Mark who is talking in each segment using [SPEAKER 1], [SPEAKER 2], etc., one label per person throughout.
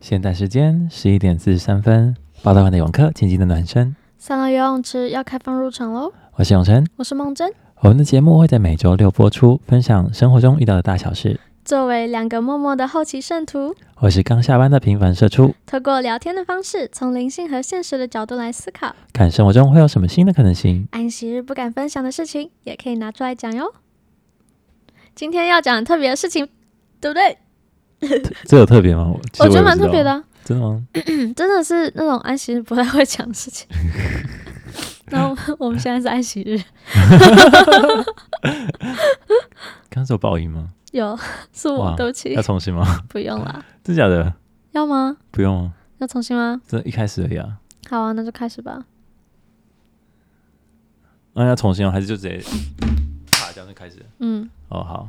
[SPEAKER 1] 现在时间十一点四十三分，报道完的泳客，静静的暖身。
[SPEAKER 2] 三楼游泳池要开放入场喽！
[SPEAKER 1] 我是永成，
[SPEAKER 2] 我是梦真。
[SPEAKER 1] 我们的节目会在每周六播出，分享生活中遇到的大小事。
[SPEAKER 2] 作为两个默默的后期圣徒，
[SPEAKER 1] 我是刚下班的平凡社畜，
[SPEAKER 2] 透过聊天的方式，从灵性和现实的角度来思考，
[SPEAKER 1] 看生活中会有什么新的可能性。
[SPEAKER 2] 安息日不敢分享的事情，也可以拿出来讲哟。今天要讲特别的事情，对不对？
[SPEAKER 1] 这有特别吗？其实
[SPEAKER 2] 我觉得
[SPEAKER 1] 也不
[SPEAKER 2] 蛮
[SPEAKER 1] 知
[SPEAKER 2] 特别
[SPEAKER 1] 道
[SPEAKER 2] 哦的啊、
[SPEAKER 1] 真的吗？
[SPEAKER 2] 嗯，真的是那种安息日不太会讲的 事情。然后我们现在是安息日，
[SPEAKER 1] 刚刚是有爆音吗？
[SPEAKER 2] 有是我
[SPEAKER 1] 哇
[SPEAKER 2] 对不起
[SPEAKER 1] 要，重新 吗？
[SPEAKER 2] 不用啦。
[SPEAKER 1] 真假的？
[SPEAKER 2] 要吗？
[SPEAKER 1] 不用吗？
[SPEAKER 2] 要重新吗？
[SPEAKER 1] 这一开始而已啊。
[SPEAKER 2] 好啊，那就开始吧。
[SPEAKER 1] 那、啊要重新吗？还是就直接啪这样就开始了？
[SPEAKER 2] 嗯，
[SPEAKER 1] 哦，好。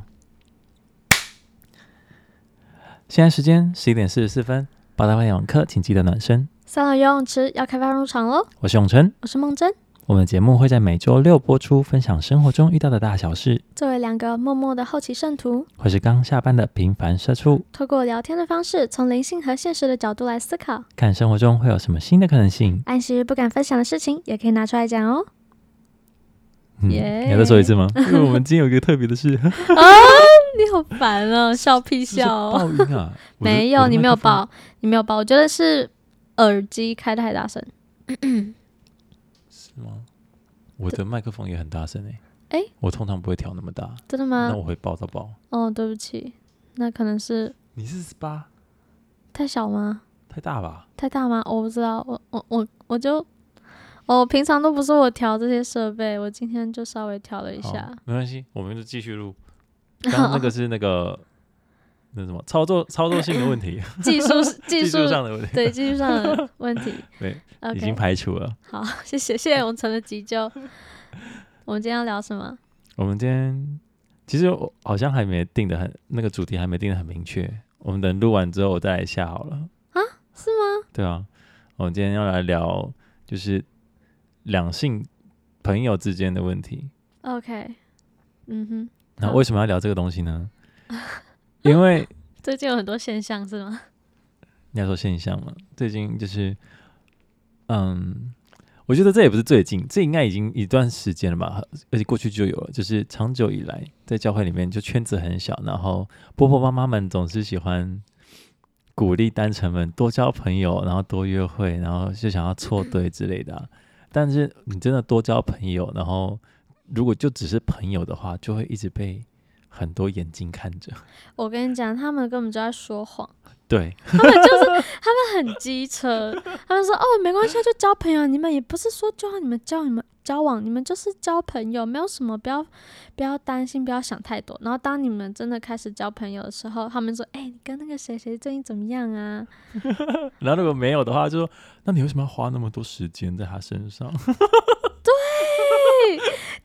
[SPEAKER 1] 现在时间十一点四十四分，八大万泳课，请记得暖身。
[SPEAKER 2] 三楼游泳池要开放入场喽！
[SPEAKER 1] 我是永成，
[SPEAKER 2] 我是梦真。
[SPEAKER 1] 我们的节目会在每周六播出，分享生活中遇到的大小事，
[SPEAKER 2] 作为两个默默的后期圣徒，
[SPEAKER 1] 或是刚下班的平凡社畜，
[SPEAKER 2] 透过聊天的方式，从灵性和现实的角度来思考，
[SPEAKER 1] 看生活中会有什么新的可能性。
[SPEAKER 2] 安息日不敢分享的事情，也可以拿出来讲哦。
[SPEAKER 1] 嗯，
[SPEAKER 2] 耶
[SPEAKER 1] 你要再说一次吗？ 因为我们今天有一个特别的事，
[SPEAKER 2] 啊，你好烦哦，笑屁
[SPEAKER 1] 就是
[SPEAKER 2] 笑哦。
[SPEAKER 1] 爆音啊！我的
[SPEAKER 2] 没有，你没有。
[SPEAKER 1] 我的麦克
[SPEAKER 2] 爆，你没有爆，我觉得是耳机开太大声。
[SPEAKER 1] 风是吗？我的麦克风也很大声诶、欸
[SPEAKER 2] 诶啊
[SPEAKER 1] 我通常不会调那么大，
[SPEAKER 2] 真的
[SPEAKER 1] 那
[SPEAKER 2] 吗？
[SPEAKER 1] 我会爆到爆。
[SPEAKER 2] 哦，对不起，那可能是
[SPEAKER 1] 你是十八，
[SPEAKER 2] 太小吗？
[SPEAKER 1] 太大吧？
[SPEAKER 2] 太大吗？我不知道，我我我我就。哦，平常都不是我调这些设备，我今天就稍微调了一
[SPEAKER 1] 好
[SPEAKER 2] 下。
[SPEAKER 1] 哦没关系，我们就继续录。刚刚那个是那个那什么操作操作性的问题，
[SPEAKER 2] 技术 技
[SPEAKER 1] 技
[SPEAKER 2] 术
[SPEAKER 1] 术上的问题，
[SPEAKER 2] 对技术上的问题。
[SPEAKER 1] 对
[SPEAKER 2] o
[SPEAKER 1] 已经
[SPEAKER 2] k
[SPEAKER 1] 排除了。
[SPEAKER 2] 好， 谢谢谢谢永成的急救。我们今天要聊什么？
[SPEAKER 1] 我们今天其实我好像还没定的很，那个主题还没定的很明确。我们等录完之后我再来下好了。
[SPEAKER 2] 啊是吗？
[SPEAKER 1] 对啊，我们今天要来聊就是两性朋友之间的问题。
[SPEAKER 2] OK，嗯哼，
[SPEAKER 1] 那
[SPEAKER 2] 好
[SPEAKER 1] 为什么要聊这个东西呢？因为
[SPEAKER 2] 最近有很多现象是吗？
[SPEAKER 1] 你要说现象嘛，最近就是，嗯，我觉得这也不是最近，这应该已经一段时间了吧，而且过去就有了，就是长久以来在教会里面就圈子很小，然后婆婆妈妈们总是喜欢鼓励单程们多交朋友，然后多约会，然后就想要错对之类的啊、但是你真的多交朋友，然后如果就只是朋友的话，就会一直被很多眼睛看着。
[SPEAKER 2] 我跟你讲，他们根本就在说谎，
[SPEAKER 1] 对，
[SPEAKER 2] 他们很机车。他们说哦，没关系，就交朋友。你们也不是说就要你们交你们交往，你们就是交朋友，没有什么不要不要担心，不要想太多。然后当你们真的开始交朋友的时候，他们说，哎、你跟那个谁谁最近怎么样啊？
[SPEAKER 1] 然后如果没有的话，就说那你为什么要花那么多时间在他身上？ 对，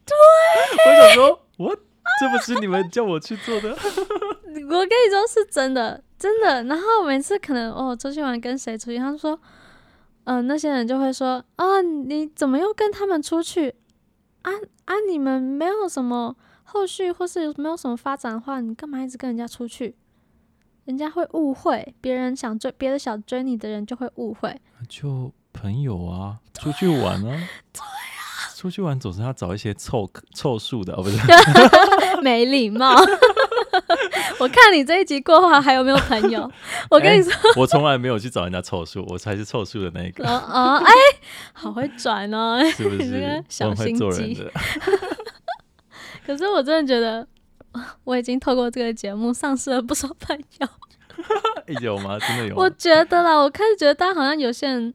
[SPEAKER 1] 对， 我想说我这不是你们叫我去做的，
[SPEAKER 2] 我跟你说是真的，真的。然后每次可能哦出去玩跟谁出去，他们说，嗯、那些人就会说啊，你怎么又跟他们出去？啊啊，你们没有什么后续或是有没有什么发展的话，你干嘛一直跟人家出去？人家会误会，别人想追别的想追你的人就会误会。
[SPEAKER 1] 就朋友啊，出去玩啊，对啊，出去玩总是要找一些凑凑数的，哦， 不是
[SPEAKER 2] 没礼貌。 我看你这一集过后还有没有朋友？我跟你说，
[SPEAKER 1] 我从来没有去找人家凑数，我才是凑数的那一个，
[SPEAKER 2] 哦哦，哎，好会转哦。
[SPEAKER 1] 是不
[SPEAKER 2] 你这个
[SPEAKER 1] 是？
[SPEAKER 2] 小
[SPEAKER 1] 我很会
[SPEAKER 2] 心
[SPEAKER 1] 做人
[SPEAKER 2] 机
[SPEAKER 1] 的，
[SPEAKER 2] 可是我真的觉得，我已经透过这个节目丧失了不少朋友。
[SPEAKER 1] 哎有吗？真的有
[SPEAKER 2] 我
[SPEAKER 1] 吗？
[SPEAKER 2] 觉得啦，我开始觉得，但好像有些人，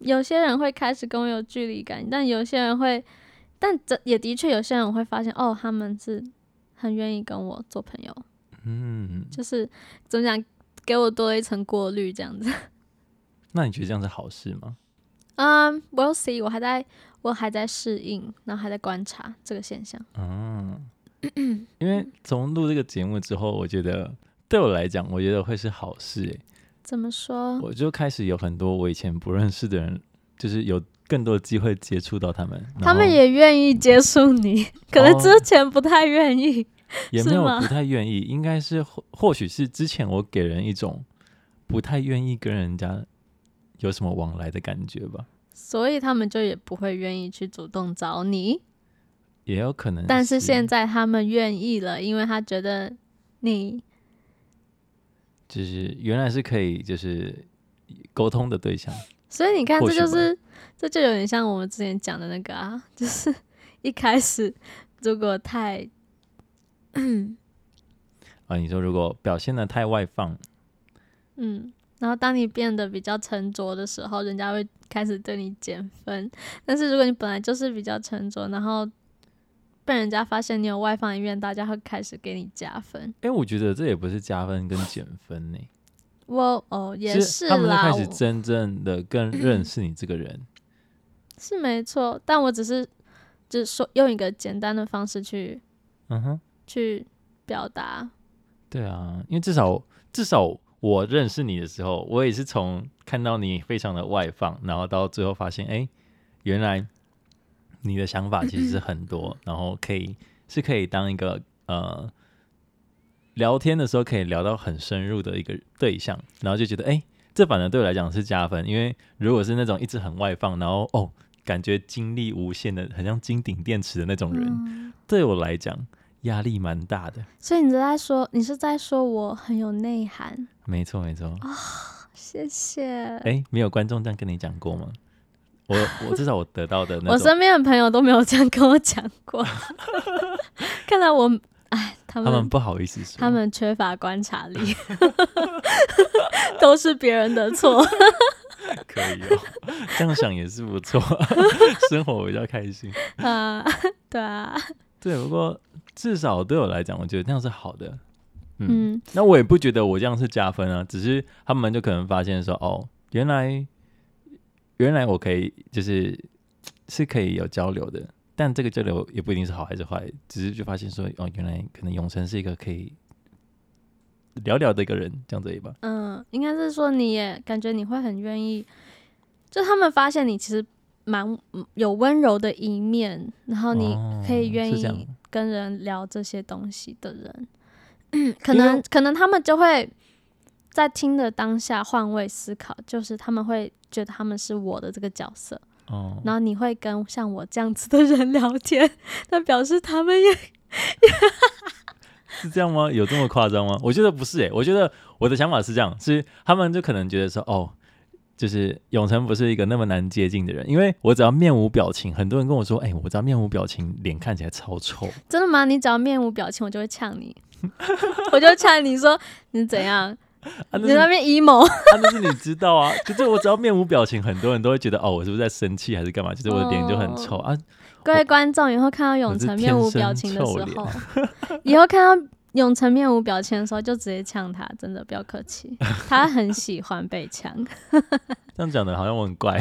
[SPEAKER 2] 有些人会开始跟我有距离感，但有些人会，但这也的确有些人我会发现，哦，他们是很愿意跟我做朋友，
[SPEAKER 1] 嗯，
[SPEAKER 2] 就是怎么讲，给我多了一层过滤这样子。
[SPEAKER 1] 那你觉得这样是好事吗？
[SPEAKER 2] 嗯、w e l l see，我还在，我还在适应，然后还在观察这个现象。
[SPEAKER 1] 嗯，因为从录这个节目之后，我觉得对我来讲，我觉得会是好事、欸。
[SPEAKER 2] 怎么说？
[SPEAKER 1] 我就开始有很多我以前不认识的人，就是有更多的机会接触到他们。然
[SPEAKER 2] 他们
[SPEAKER 1] 后
[SPEAKER 2] 也愿意接触你， 可能
[SPEAKER 1] 哦
[SPEAKER 2] 之前不太愿意。
[SPEAKER 1] 也
[SPEAKER 2] 是
[SPEAKER 1] 没有
[SPEAKER 2] 吗
[SPEAKER 1] 不太愿意，应该是或或许是之前我给人一种不太愿意跟人家有什么往来的感觉吧，
[SPEAKER 2] 所以他们就也不会愿意去主动找你。
[SPEAKER 1] 也有可能。
[SPEAKER 2] 但是现在他们愿意了，因为他觉得你
[SPEAKER 1] 就是原来是可以就是沟通的对象，
[SPEAKER 2] 所以你看，
[SPEAKER 1] 或
[SPEAKER 2] 这
[SPEAKER 1] 许
[SPEAKER 2] 就
[SPEAKER 1] 吧
[SPEAKER 2] 是这就有点像我们之前讲的那个啊，就是一开始如果太
[SPEAKER 1] 啊，你说如果表现的太外放，
[SPEAKER 2] 嗯，然后当你变得比较沉着的时候，人家会开始对你减分。但是如果你本来就是比较沉着，然后被人家发现你有外放一面，大家会开始给你加分。
[SPEAKER 1] 哎、我觉得这也不是加分跟减分呢、
[SPEAKER 2] 我哦也
[SPEAKER 1] 其实
[SPEAKER 2] 是
[SPEAKER 1] 他们就
[SPEAKER 2] 啦
[SPEAKER 1] 开，始
[SPEAKER 2] 我
[SPEAKER 1] 真正的 更认识你这个人。
[SPEAKER 2] 是没错，但我只是就是说用一个简单的方式去
[SPEAKER 1] 嗯哼，
[SPEAKER 2] 去表达。
[SPEAKER 1] 对啊，因为至少至少我认识你的时候，我也是从看到你非常的外放，然后到最后发现，哎、原来你的想法其实是很多，然后可以是可以当一个呃聊天的时候可以聊到很深入的一个对象，然后就觉得，哎、这反而对我来讲是加分，因为如果是那种一直很外放，然后哦。感觉精力无限的，很像金顶电池的那种人，
[SPEAKER 2] 嗯
[SPEAKER 1] 对我来讲压力蛮大的。
[SPEAKER 2] 所以你是在说，你是在说我很有内涵？
[SPEAKER 1] 没错，没错。
[SPEAKER 2] 谢谢。
[SPEAKER 1] 哎、没有观众这样跟你讲过吗？我我至少我得到的那
[SPEAKER 2] 我
[SPEAKER 1] 种，
[SPEAKER 2] 身边的朋友都没有这样跟我讲过， 看来我，哎，他
[SPEAKER 1] 他
[SPEAKER 2] 们
[SPEAKER 1] 们不好意思说，
[SPEAKER 2] 他们缺乏观察力， 都是别人的错。
[SPEAKER 1] 可以哦，这样想也是不错， 生活比较开心。
[SPEAKER 2] 啊， 对啊，
[SPEAKER 1] 对，不过至少对我来讲，我觉得那样是好的。嗯，
[SPEAKER 2] 嗯，
[SPEAKER 1] 那我也不觉得我这样是加分啊，只是他们就可能发现说，哦，原来原来我可以就是是可以有交流的，但这个交流也不一定是好还是坏，只是就发现说，哦，原来可能永成是一个可以聊聊的一个人，这样子而已吧。
[SPEAKER 2] 嗯，应该是说你也感觉你会很愿意，就他们发现你其实蛮嗯有温柔的一面，然后你可以
[SPEAKER 1] 哦
[SPEAKER 2] 愿
[SPEAKER 1] 是这样
[SPEAKER 2] 意跟人聊这些东西的人，可
[SPEAKER 1] 因为
[SPEAKER 2] 能可能他们就会在听的当下换位思考，就是他们会觉得他们是我的这个角色，
[SPEAKER 1] 哦，
[SPEAKER 2] 然后你会跟像我这样子的人聊天，那表示他们也
[SPEAKER 1] 是这样吗？有这么夸张吗？我觉得不是欸诶、我觉得我的想法是这样，是他们就可能觉得说，哦，就是永成不是一个那么难接近的人，因为我只要面无表情，很多人跟我说，哎、我只要面无表情，脸看起来超臭。
[SPEAKER 2] 真的吗？你只要面无表情，我就会呛你， 我就呛你说你怎样，
[SPEAKER 1] 啊，
[SPEAKER 2] 你
[SPEAKER 1] 那
[SPEAKER 2] 在
[SPEAKER 1] 是
[SPEAKER 2] 那
[SPEAKER 1] 啊，
[SPEAKER 2] 边 emo。
[SPEAKER 1] 那是你知道啊，就是我只要面无表情，很多人都会觉得，哦，我是不是在生气还是干嘛？就是我的脸就很臭、啊。
[SPEAKER 2] 各位观众，以后看到永
[SPEAKER 1] 我是
[SPEAKER 2] 成面无
[SPEAKER 1] 天生
[SPEAKER 2] 表情的
[SPEAKER 1] 臭
[SPEAKER 2] 时
[SPEAKER 1] 脸
[SPEAKER 2] 候， 以后看到永成面无表情的时候，就直接呛他，真的不要客气，他很喜欢被 呛，
[SPEAKER 1] 这样讲的好像我很怪，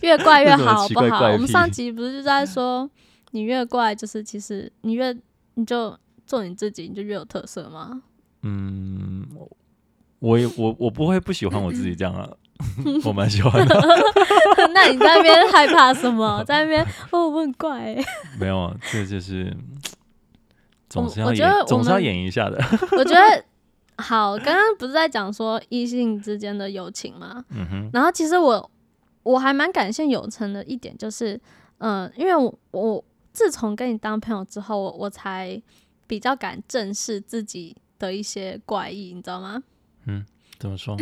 [SPEAKER 2] 越怪越
[SPEAKER 1] 这什么
[SPEAKER 2] 好，好
[SPEAKER 1] 奇
[SPEAKER 2] 不
[SPEAKER 1] 怪
[SPEAKER 2] 好？
[SPEAKER 1] 怪
[SPEAKER 2] 我们
[SPEAKER 1] 癖
[SPEAKER 2] 上集不是就在说，你越怪，就是其实你越你就做你自己，你就越有特色吗？
[SPEAKER 1] 嗯，我也我我不会不喜欢我自己这样啊， 我蛮喜欢的，
[SPEAKER 2] 那你在那边害怕什么？ 在那边哦，我很怪、欸。
[SPEAKER 1] 没有，啊，这就是。总是
[SPEAKER 2] 我
[SPEAKER 1] 要
[SPEAKER 2] 觉得我
[SPEAKER 1] 演，总是要
[SPEAKER 2] 们
[SPEAKER 1] 演一下的。
[SPEAKER 2] 我觉得好，刚刚不是在讲说异性之间的友情吗？
[SPEAKER 1] 嗯哼，
[SPEAKER 2] 然后其实我我还蛮感谢友成的一点就是，嗯、因为我我自从跟你当朋友之后，我我才比较敢正视自己的一些怪异，你知道吗？
[SPEAKER 1] 怎么
[SPEAKER 2] 嗯
[SPEAKER 1] 说？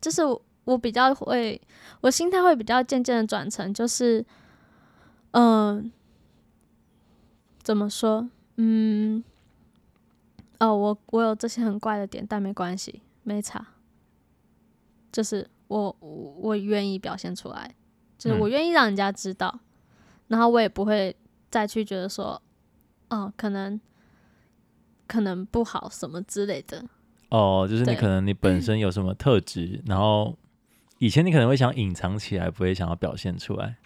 [SPEAKER 2] 就是我我比较会，我心态会比较渐渐的转成，就是，嗯、怎么说，嗯，哦，我我有这些很怪的点，但没关系，没差，就是我我我愿意表现出来，就是我
[SPEAKER 1] 嗯
[SPEAKER 2] 愿意让人家知道，然后我也不会再去觉得说，哦，可能可能不好什么之类的，
[SPEAKER 1] 哦，就是你
[SPEAKER 2] 对
[SPEAKER 1] 可能你本身有什么特质，然后以前你可能会想隐藏起来，不会想要表现出来。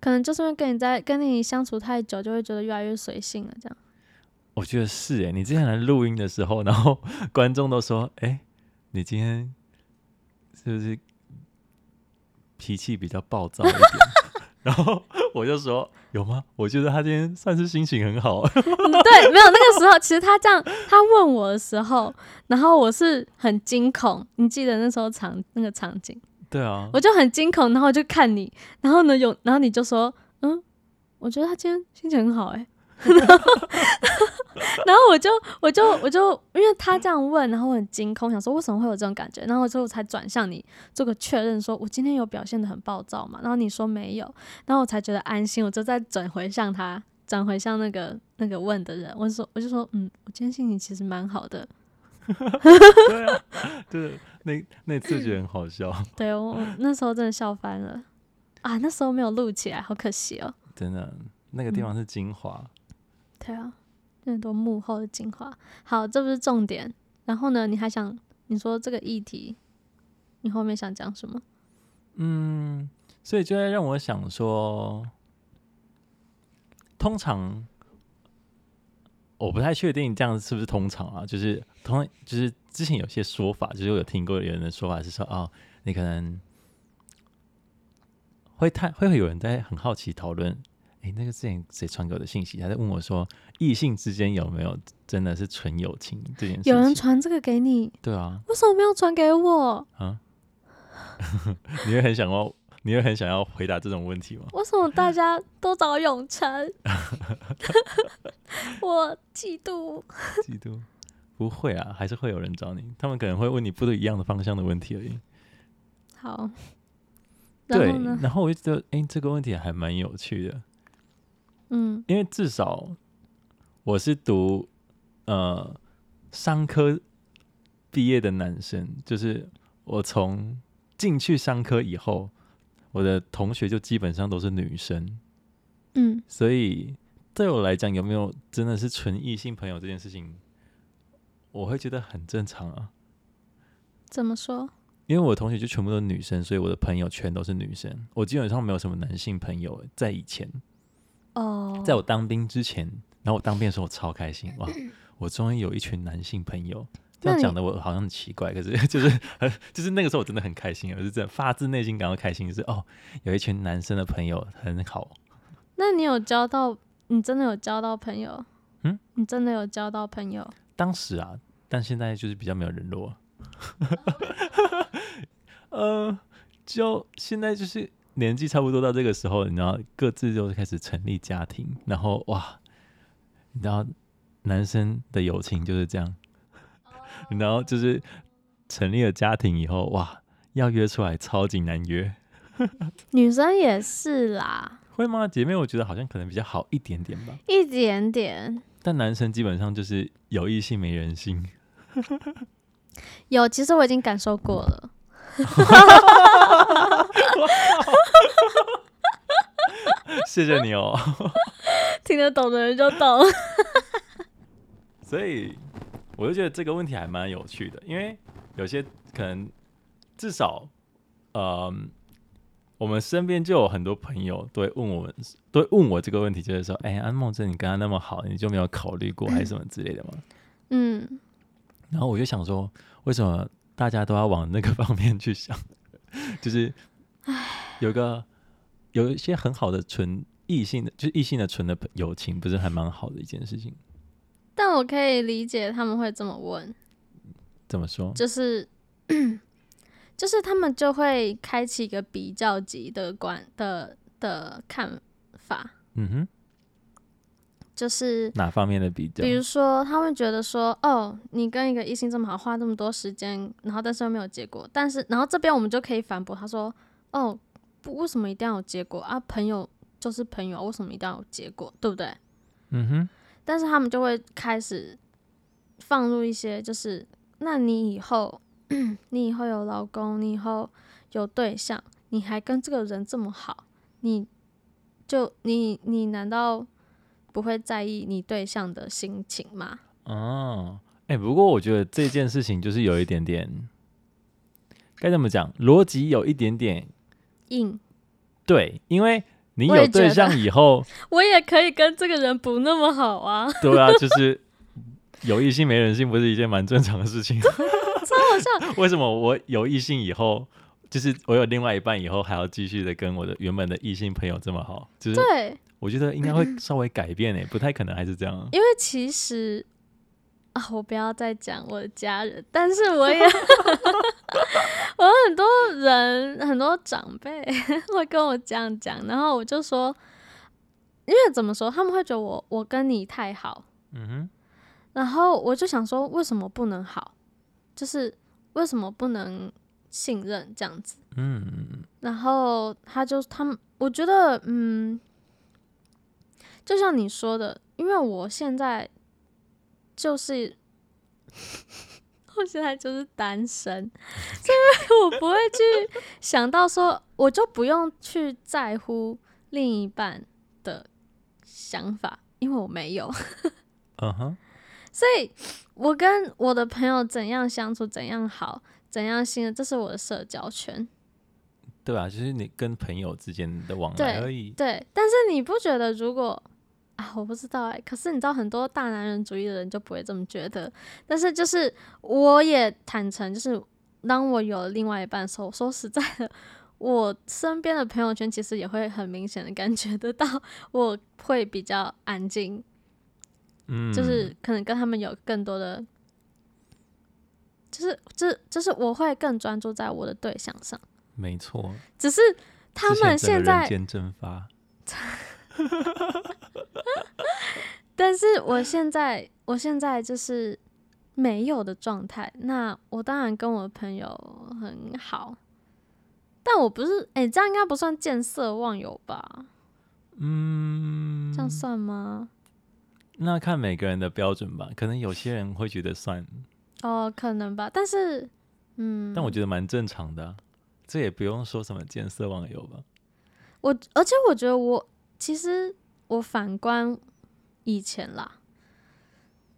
[SPEAKER 2] 可能就是因为跟你在跟你相处太久，就会觉得越来越随性了，这样。
[SPEAKER 1] 我觉得是欸诶，你之前来录音的时候，然后 观众都说：“诶，你今天是不是脾气比较暴躁一点？” 然后我就说有吗？我觉得他今天算是心情很好，
[SPEAKER 2] 嗯对，没有那个时候，其实他这样，他问我的时候，然后我是很惊恐，你记得那时候场那个场景，
[SPEAKER 1] 对啊，
[SPEAKER 2] 我就很惊恐，然后我就看你，然后呢有，然后你就说，嗯，我觉得他今天心情很好、欸，哎。 然后，然后我就我就我就，因为他这样问，然后我很惊恐，想说为什么会有这种感觉，然后之后才转向你做个确认说，我今天有表现的很暴躁嘛？然后你说没有，然后我才觉得安心，我就再转回向他，转回向那个那个问的人，我就说我就说，嗯，我今天心情其实蛮好的，
[SPEAKER 1] 对啊，对，那那次觉得很好笑，
[SPEAKER 2] 对我我那时候真的笑翻了啊，那时候没有录起来，好可惜哦。
[SPEAKER 1] 真的，那个地
[SPEAKER 2] 嗯
[SPEAKER 1] 方是精华。
[SPEAKER 2] 对啊，那很多幕后的精华。好，这不是重点。然后呢，你还想你说这个议题，你后面想讲什么？
[SPEAKER 1] 嗯，所以就在让我想说，通常我不太确定这样是不是通常啊，就是通就是之前有些说法，就是我有听过有人的说法是说，哦，你可能会太会有人在很好奇讨论。诶，那个之前谁传给我的信息？他在问我说，异性之间有没有真的是纯友情这件事情？
[SPEAKER 2] 有人传这个给你，
[SPEAKER 1] 对啊，
[SPEAKER 2] 为什么没有传给我？
[SPEAKER 1] 你会很想要，你会很想要回答这种问题吗？
[SPEAKER 2] 为什么大家都找永成？ 我嫉妒。
[SPEAKER 1] 嫉妒？不会啊，还是会有人找你，他们可能会问你不一样的方向的问题而已。
[SPEAKER 2] 好，
[SPEAKER 1] 对
[SPEAKER 2] 然后，呢？
[SPEAKER 1] 然后我就觉得，哎、这个问题还蛮有趣的，
[SPEAKER 2] 嗯
[SPEAKER 1] 因为至少我是读呃商科毕业的男生，就是我从进去商科以后，我的同学就基本上都是女生，
[SPEAKER 2] 嗯，
[SPEAKER 1] 所以对我来讲，有没有真的是纯异性朋友这件事情，我会觉得很正常啊。
[SPEAKER 2] 怎么说？
[SPEAKER 1] 因为我同学就全部都是女生，所以我的朋友全都是女生。我基本上没有什么男性朋友。在以前，
[SPEAKER 2] 哦，
[SPEAKER 1] 在我当兵之前，然后我当兵的时候，我超开心 哇！我终于有一群男性朋友。这
[SPEAKER 2] 那
[SPEAKER 1] 样
[SPEAKER 2] 你
[SPEAKER 1] 讲的我好像很奇怪，可是就是很就是那个时候我真的很开心，我是真的发自内心感到开心，就是哦，有一群男生的朋友很好。
[SPEAKER 2] 那你有交到？你真的有交到朋友？
[SPEAKER 1] 嗯，
[SPEAKER 2] 你真的有交到朋友？
[SPEAKER 1] 当时啊，但现在就是比较没有人络。 呃，就现在就是年纪差不多到这个时候，你知道，各自就开始成立家庭，然后哇，你知道，男生的友情就是这样，然后就是成立了家庭以后，哇，要约出来超级难约，
[SPEAKER 2] 女生也是啦，
[SPEAKER 1] 会吗？姐妹，我觉得好像可能比较好一点点吧，
[SPEAKER 2] 一点点。
[SPEAKER 1] 但男生基本上就是有异性没人性。
[SPEAKER 2] 有，其实我已经感受过了。
[SPEAKER 1] 谢谢你哦。
[SPEAKER 2] 听得懂的人就懂。
[SPEAKER 1] 所以我就觉得这个问题还蛮有趣的，因为有些可能至少，呃，我们身边就有很多朋友都会问我们，都会问我这个问题，就是说，哎、安梦真，你跟他那么好，你就没有考虑过还是什么之类的吗？
[SPEAKER 2] 嗯，
[SPEAKER 1] 然后我就想说，为什么大家都要往那个方面去想？就是有个有一些很好的纯异性的，就是异性的纯的友情，不是还蛮好的一件事情？
[SPEAKER 2] 但我可以理解他们会这么问，
[SPEAKER 1] 怎么说？
[SPEAKER 2] 就是 就是他们就会开启一个比较级的观的的看法，
[SPEAKER 1] 嗯哼，
[SPEAKER 2] 就是
[SPEAKER 1] 哪方面的比较？
[SPEAKER 2] 比如说他会觉得说，哦，你跟一个异性这么好，花这么多时间，然后但是又没有结果，但是然后这边我们就可以反驳他说，哦，不，为什么一定要有结果啊？朋友就是朋友，啊为什么一定要有结果，对不对？
[SPEAKER 1] 嗯哼。
[SPEAKER 2] 但是他们就会开始放入一些，就是那你以后， 你以后有老公，你以后有对象，你还跟这个人这么好，你就你你难道不会在意你对象的心情吗？
[SPEAKER 1] 哦，哎、不过我觉得这件事情就是有一点点，该怎么讲，逻辑有一点点
[SPEAKER 2] 硬，
[SPEAKER 1] 对，因为你
[SPEAKER 2] 我也
[SPEAKER 1] 有对
[SPEAKER 2] 觉得
[SPEAKER 1] 象以后，
[SPEAKER 2] 我也可以跟这个人不那么好 啊，
[SPEAKER 1] 对啊，就是有异性没人性，不是一件蛮正常的事情。
[SPEAKER 2] 超好笑。
[SPEAKER 1] 为什么我有异性以后，就是我有另外一半以后还要继续的跟我的原本的异性朋友这么好，就是
[SPEAKER 2] 对，
[SPEAKER 1] 我觉得应该会稍微改变欸诶、不太可能还是这样。啊
[SPEAKER 2] 因为其实啊，我不要再讲我的家人，但是我也 我有很多人很多长辈 会跟我这样讲，然后我就说，因为怎么说，他们会觉得我我跟你太好，
[SPEAKER 1] 嗯哼，
[SPEAKER 2] 然后我就想说，为什么不能好？就是为什么不能信任这样子？
[SPEAKER 1] 嗯，
[SPEAKER 2] 然后他就他们，我觉得，嗯，就像你说的，因为我现在就是， 我现在就是单身，所以我不会去想到说，我就不用去在乎另一半的想法，因为我没有，
[SPEAKER 1] 嗯哼，
[SPEAKER 2] 所以我跟我的朋友怎样相处，怎样好，怎样信任，这是我的社交圈。
[SPEAKER 1] 对吧？就是你跟朋友之间的往
[SPEAKER 2] 对
[SPEAKER 1] 来而已。
[SPEAKER 2] 对，但是你不觉得如果啊，我不知道哎、可是你知道很多大男人主义的人就不会这么觉得。但是就是我也坦诚，就是当我有另外一半的时候，说实在的，我身边的朋友圈其实也会很明显的感觉得到，我会比较安静，
[SPEAKER 1] 嗯，
[SPEAKER 2] 就是可能跟他们有更多的。就是，就是，就是我会更专注在我的对象上，
[SPEAKER 1] 没错。
[SPEAKER 2] 只是他
[SPEAKER 1] 之
[SPEAKER 2] 们
[SPEAKER 1] 前整
[SPEAKER 2] 现
[SPEAKER 1] 个
[SPEAKER 2] 在
[SPEAKER 1] 人间蒸发，
[SPEAKER 2] 但是我现在，我现在就是没有的状态。那我当然跟我的朋友很好，但我不是，哎、这样应该不算见色忘友吧？
[SPEAKER 1] 嗯
[SPEAKER 2] 这，样算吗？
[SPEAKER 1] 那看每个人的标准吧。可能有些人会觉得算，
[SPEAKER 2] 哦，可能吧。但是，嗯，
[SPEAKER 1] 但我觉得蛮正常的啊、这也不用说什么见色忘友吧。
[SPEAKER 2] 我，而且我觉得我其实我反观以前啦，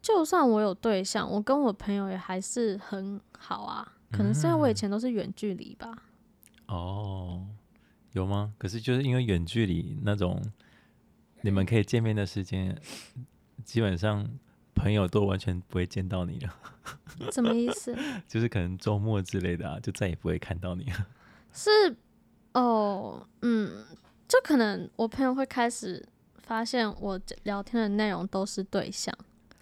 [SPEAKER 2] 就算我有对象，我跟我朋友也还是很好啊。可能是因为我
[SPEAKER 1] 嗯
[SPEAKER 2] 以前都是远距离吧。
[SPEAKER 1] 哦，有吗？可是就是因为远距离那种，你们可以见面的时间，基本上朋友都完全不会见到你了，
[SPEAKER 2] 什么意思？
[SPEAKER 1] 就是可能周末之类的啊，就再也不会看到你 了。
[SPEAKER 2] 是哦，嗯，就可能我朋友会开始发现我聊天的内容都是对象，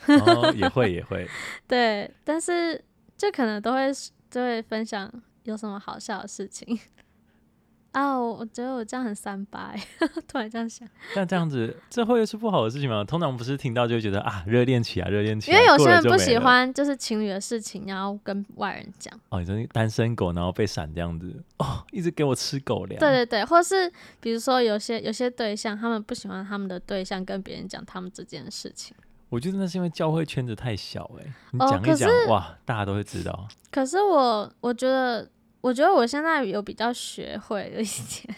[SPEAKER 1] 哦，也会也会，
[SPEAKER 2] 对，但是就可能都会就会分享有什么好笑的事情。啊，我我觉得我这样很三八欸， 突然这样想，
[SPEAKER 1] 但这样子这会是不好的事情吗？通常不是听到就会觉得啊，热恋期啊，热恋期、
[SPEAKER 2] 因
[SPEAKER 1] 啊，
[SPEAKER 2] 为有
[SPEAKER 1] 过
[SPEAKER 2] 些
[SPEAKER 1] 了
[SPEAKER 2] 人
[SPEAKER 1] 就
[SPEAKER 2] 不
[SPEAKER 1] 没
[SPEAKER 2] 喜
[SPEAKER 1] 了
[SPEAKER 2] 欢就是情侣的事情，然后跟外人讲。
[SPEAKER 1] 哦，你真是单身狗，然后被闪这样子哦，一直给我吃狗粮，
[SPEAKER 2] 对对对，或是比如说有些有些对象，他们不喜欢他们的对象跟别人讲他们之间的事情。
[SPEAKER 1] 我觉得那是因为教会圈子太小哎、你
[SPEAKER 2] 哦
[SPEAKER 1] 讲
[SPEAKER 2] 可
[SPEAKER 1] 一讲、哇，大家都会知道。
[SPEAKER 2] 可是我我觉得，我觉得我现在有比较学会了一点，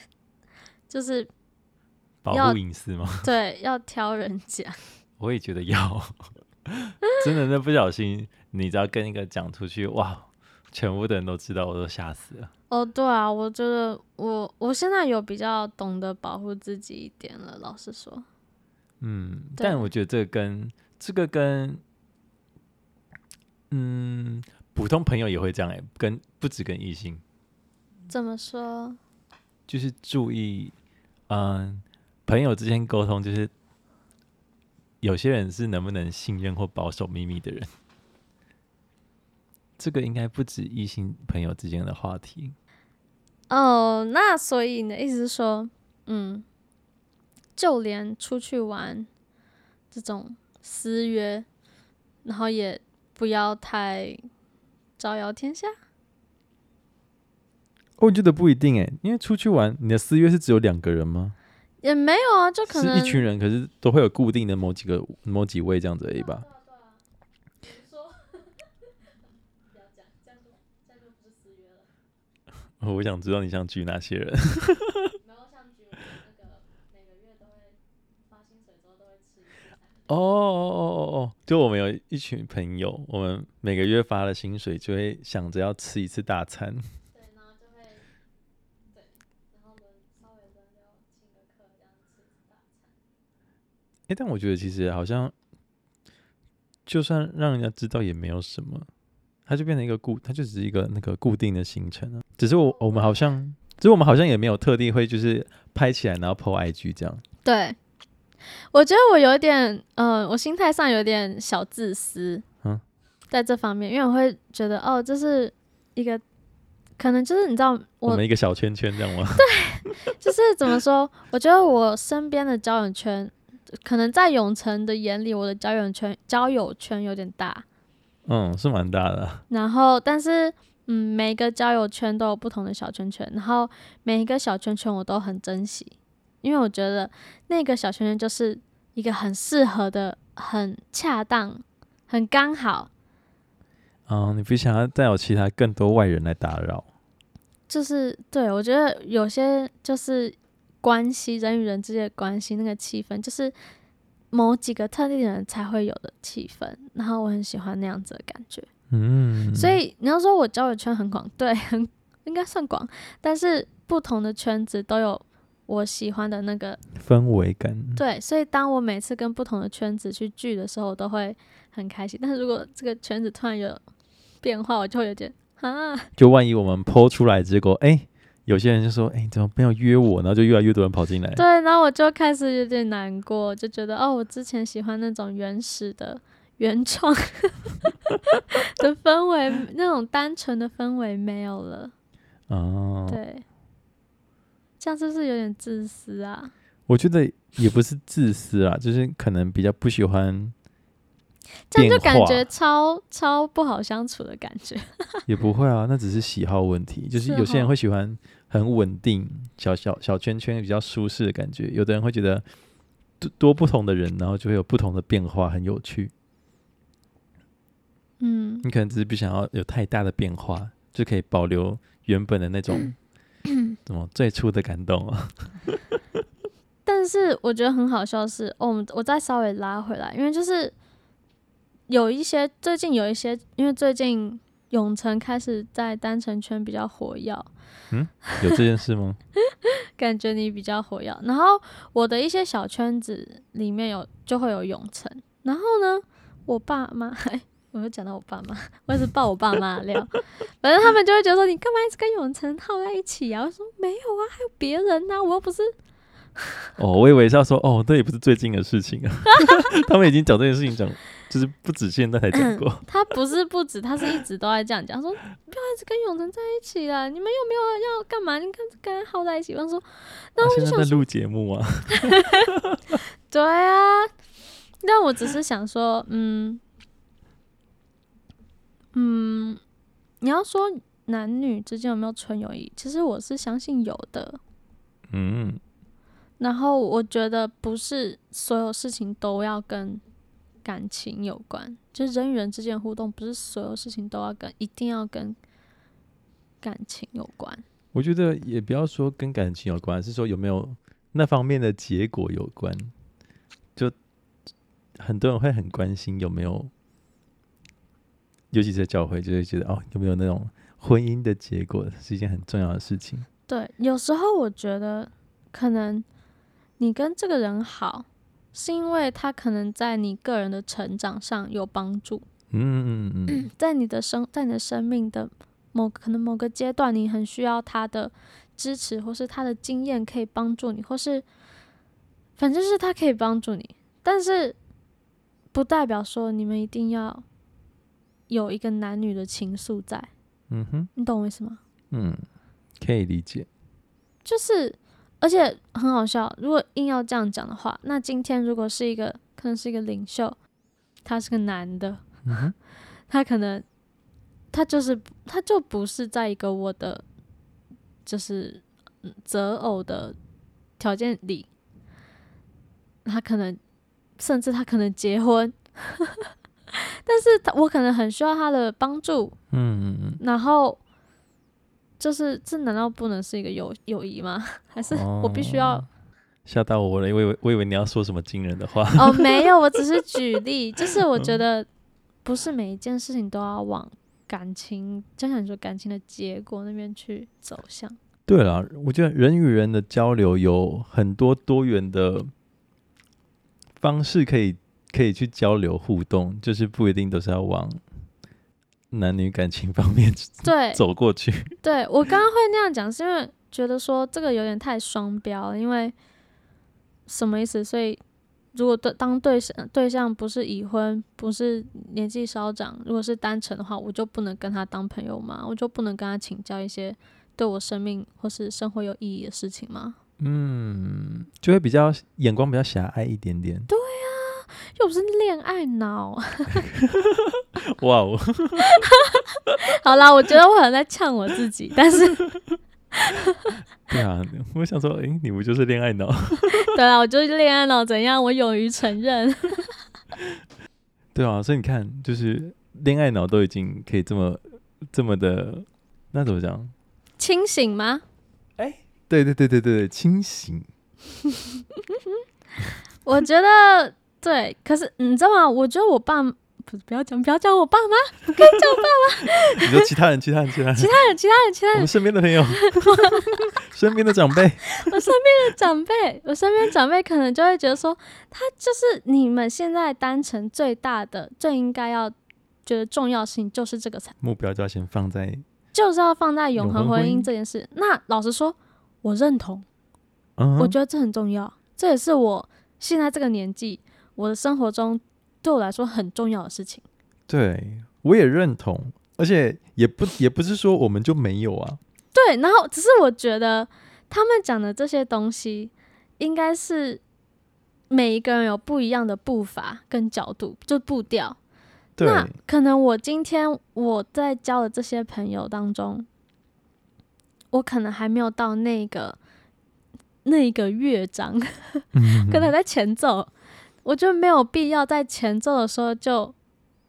[SPEAKER 2] 就是
[SPEAKER 1] 保
[SPEAKER 2] 要
[SPEAKER 1] 护隐私吗？
[SPEAKER 2] 对要挑人讲。
[SPEAKER 1] 我也觉得要， 真的，那不小心，你只要跟一个讲出去，哇，全部的人都知道，我都吓死了。
[SPEAKER 2] 哦，对啊，我觉得我我现在有比较懂得保护自己一点了。老实说，
[SPEAKER 1] 嗯，
[SPEAKER 2] 对
[SPEAKER 1] 但我觉得这个跟这个跟，嗯，普通朋友也会这样哎、跟不止跟异性，
[SPEAKER 2] 怎么说？
[SPEAKER 1] 就是注意，嗯、朋友之间沟通，就是有些人是能不能信任或保守秘密的人，这个应该不止异性朋友之间的话题。
[SPEAKER 2] 哦，那所以你的意思是说，嗯，就连出去玩这种私约，然后也不要太招摇天下。
[SPEAKER 1] 我觉得不一定哎、因为出去玩，你的私约是只有两个人吗？
[SPEAKER 2] 也没有啊，就可
[SPEAKER 1] 是
[SPEAKER 2] 能
[SPEAKER 1] 一群人，可是都会有固定的某几个、某几位这样子而已吧。我想知道你想举哪些人？ 哦哦哦哦哦！就我们有一群朋友，我们每个月发了薪水，就会想着要吃一次大餐。 哎、但我觉得其实好像，就算让人家知道也没有什么，它就变成一个固，它就只是一个那个固定的行程啊。只是我我们好像，只是我们好像也没有特地会就是拍起来然后 PO IG 这样。
[SPEAKER 2] 对，我觉得我有点，嗯、我心态上有点小自私，
[SPEAKER 1] 嗯，
[SPEAKER 2] 在这方面，因为我会觉得，哦，这是一个，可能就是你知道，
[SPEAKER 1] 我
[SPEAKER 2] 我
[SPEAKER 1] 们一个小圈圈这样吗？
[SPEAKER 2] 就是怎么说，我觉得我身边的交友圈，可能在永成的眼里，我的交友圈交友圈有点大，
[SPEAKER 1] 嗯，是蛮大的啊。
[SPEAKER 2] 然后但是。嗯，每一个交友圈都有不同的小圈圈，然后每一个小圈圈我都很珍惜，因为我觉得那个小圈圈就是一个很适合的、很恰当、很刚好，
[SPEAKER 1] 嗯，你不想要再有其他更多外人来打扰？
[SPEAKER 2] 就是对我觉得有些就是关系，人与人之间的关系，那个气氛就是某几个特定的人才会有的气氛，然后我很喜欢那样子的感觉。
[SPEAKER 1] 嗯，
[SPEAKER 2] 所以你要说我交友圈很广， 对，很应该算广，但是不同的圈子都有我喜欢的那个
[SPEAKER 1] 氛围感，
[SPEAKER 2] 对，所以当我每次跟不同的圈子去聚的时候，我都会很开心。但是如果这个圈子突然有变化，我就会有点 啊，
[SPEAKER 1] 就万一我们 PO 出来，结果哎、有些人就说哎、怎么没有约我？然后就越来越多人跑进来。
[SPEAKER 2] 对，然后我就开始有点难过，就觉得哦，我之前喜欢那种原始的、原创 的氛围，那种单纯的氛围没有了。
[SPEAKER 1] 哦，
[SPEAKER 2] 对，这样是不是有点自私啊？
[SPEAKER 1] 我觉得也不是自私啊，就是可能比较不喜欢，
[SPEAKER 2] 这样就感
[SPEAKER 1] 变化
[SPEAKER 2] 觉超超不好相处的感觉。
[SPEAKER 1] 也不会啊，那只是喜好问题。就是
[SPEAKER 2] 是
[SPEAKER 1] 有些人
[SPEAKER 2] 吼
[SPEAKER 1] 会喜欢很稳定、小小小圈圈比较舒适的感觉，有的人会觉得多多不同的人，然后就会有不同的变化，很有趣。
[SPEAKER 2] 嗯，
[SPEAKER 1] 你可能只是不想要有太大的变化，就可以保留原本的那种 什么最初的感动啊。
[SPEAKER 2] 但是我觉得很好笑的是，哦，我们我再稍微拉回来，因为就是有一些最近有一些，因为最近永城开始在单程圈比较火药，
[SPEAKER 1] 有这件事吗？
[SPEAKER 2] 感觉你比较火药。然后我的一些小圈子里面有就会有永城，然后呢，我爸妈， 哎，我又讲到我爸妈，我也是爆我爸妈的料，反正他们就会觉得说你干嘛一直跟永城耗在一起啊？我说没有啊，还有别人呐、我又不是
[SPEAKER 1] 哦，我以为是要说哦，这也不是最近的事情啊， 他们已经讲这件事情讲，就是不止现在才讲过。
[SPEAKER 2] 他不是不止，他是一直都在这样讲，说不要一直跟永成在一起啦，你们又没有要干嘛？你跟跟他耗在一起。我说，那
[SPEAKER 1] 他
[SPEAKER 2] 我
[SPEAKER 1] 啊现
[SPEAKER 2] 就
[SPEAKER 1] 在
[SPEAKER 2] 想
[SPEAKER 1] 在
[SPEAKER 2] 说，
[SPEAKER 1] 录节目啊，
[SPEAKER 2] 对啊，那我只是想说，嗯嗯，你要说男女之间有没有纯友谊，其实我是相信有的。
[SPEAKER 1] 嗯，
[SPEAKER 2] 然后我觉得不是所有事情都要跟感情有关，就是人与人之间的互动，不是所有事情都要跟一定要跟感情有关。
[SPEAKER 1] 我觉得也不要说跟感情有关，是说有没有那方面的结果有关。就很多人会很关心有没有，尤其是在教会，就会觉得哦，有没有那种婚姻的结果是一件很重要的事情。
[SPEAKER 2] 对，有时候我觉得可能你跟这个人好，是因为他可能在你个人的成长上有帮助，
[SPEAKER 1] 嗯嗯嗯嗯，
[SPEAKER 2] 在你的生在你的生命的某可能某个阶段，你很需要他的支持，或是他的经验可以帮助你，或是反正是他可以帮助你，但是不代表说你们一定要有一个男女的情愫在，
[SPEAKER 1] 嗯哼，
[SPEAKER 2] 你懂我意思吗？
[SPEAKER 1] 嗯，可以理解。
[SPEAKER 2] 就是而且很好笑，如果硬要这样讲的话，那今天如果是一个可能是一个领袖，他是个男的，
[SPEAKER 1] 嗯哼，
[SPEAKER 2] 他可能他就是他就不是在一个我的就是嗯择偶的条件里，他可能甚至他可能结婚， 但是他我可能很需要他的帮助，
[SPEAKER 1] 嗯嗯
[SPEAKER 2] 然后就是这难道不能是一个友友谊吗？ 还是
[SPEAKER 1] 嗯，
[SPEAKER 2] 我必须要
[SPEAKER 1] 哦吓到我了，因为我以为你要说什么惊人的话。
[SPEAKER 2] 哦，没有，我只是举例，就是我觉得不是每一件事情都要往感情，就像你说感情的结果那边去走向。
[SPEAKER 1] 对了，我觉得人与人的交流有很多多元的方式可以可以去交流互动，就是不一定都是要往男女感情方面
[SPEAKER 2] 对
[SPEAKER 1] 走过去。
[SPEAKER 2] 对，我刚刚会那样讲，是因为觉得说这个有点太双标了，因为什么意思？所以如果对当对象对象不是已婚，不是年纪稍长，如果是单纯的话，我就不能跟他当朋友吗？我就不能跟他请教一些对我生命或是生活有意义的事情吗？
[SPEAKER 1] 嗯，就会比较眼光比较狭隘一点点。
[SPEAKER 2] 又不是恋爱脑。
[SPEAKER 1] 哇哦，
[SPEAKER 2] 好啦，我觉得我好像在呛我自己，但是
[SPEAKER 1] 对啊，我想说，诶，你不就是恋爱脑？
[SPEAKER 2] 对啦，我就是恋爱脑，怎样？我勇于承认。
[SPEAKER 1] 对啊，所以你看，就是恋爱脑都已经可以这么这么的，那怎么讲？
[SPEAKER 2] 清醒吗？
[SPEAKER 1] 对对对对对，清醒。
[SPEAKER 2] 我觉得对，可是你知道吗？我觉得我爸不是不要讲，不要讲我爸妈，
[SPEAKER 1] 你说其他人，其他人，其他人，
[SPEAKER 2] 还有其他人，其他
[SPEAKER 1] 我
[SPEAKER 2] 人
[SPEAKER 1] 们身边的朋 友，身边的长辈，
[SPEAKER 2] 的长辈，我身边长辈可能就会觉得说，他就是你们现在单程最大的、最应该要觉得重要性就是这个才，
[SPEAKER 1] 目标就要先放在
[SPEAKER 2] 就是要放在永
[SPEAKER 1] 永
[SPEAKER 2] 恒
[SPEAKER 1] 恒
[SPEAKER 2] 婚
[SPEAKER 1] 婚
[SPEAKER 2] 姻
[SPEAKER 1] 姻
[SPEAKER 2] 这件事。那老实说，我认同，
[SPEAKER 1] 嗯
[SPEAKER 2] 我
[SPEAKER 1] 哼，
[SPEAKER 2] 觉得这很重要，这也是我现在这个年纪，我的生活中对我来说很重要的事情。
[SPEAKER 1] 对，我也认同，而且也不也不是说我们就没有啊，
[SPEAKER 2] 对，然后只是我觉得他们讲的这些东西，应该是每一个人有不一样的步伐跟角度，就步调。
[SPEAKER 1] 对，
[SPEAKER 2] 那可能我今天我在交的这些朋友当中，我可能还没有到那个那一个乐章，
[SPEAKER 1] 嗯
[SPEAKER 2] 可能在前奏，我觉得没有必要在前奏的时候就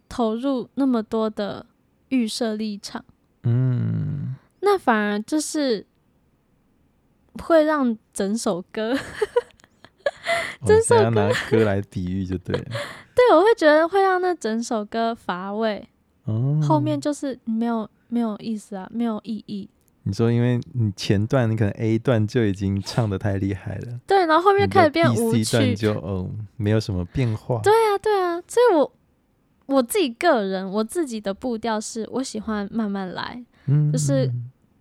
[SPEAKER 2] 投入那么多的预设立场。
[SPEAKER 1] 嗯，
[SPEAKER 2] 那反而就是会让整首歌，
[SPEAKER 1] 我们现在要拿歌来比喻就 对了，
[SPEAKER 2] 对我会觉得会让那整首歌乏味，
[SPEAKER 1] 哦，
[SPEAKER 2] 后面就是没有没有意思啊，没有意义。
[SPEAKER 1] 你说，因为你前段你可能 A 段就已经唱的太厉害了，
[SPEAKER 2] 对，然后后面开始变
[SPEAKER 1] 你的
[SPEAKER 2] 舞
[SPEAKER 1] B
[SPEAKER 2] 曲，
[SPEAKER 1] C 段就哦没有什么变化，
[SPEAKER 2] 对啊对啊，所以我我自己个人我自己的步调是我喜欢慢慢来，
[SPEAKER 1] 嗯，
[SPEAKER 2] 就是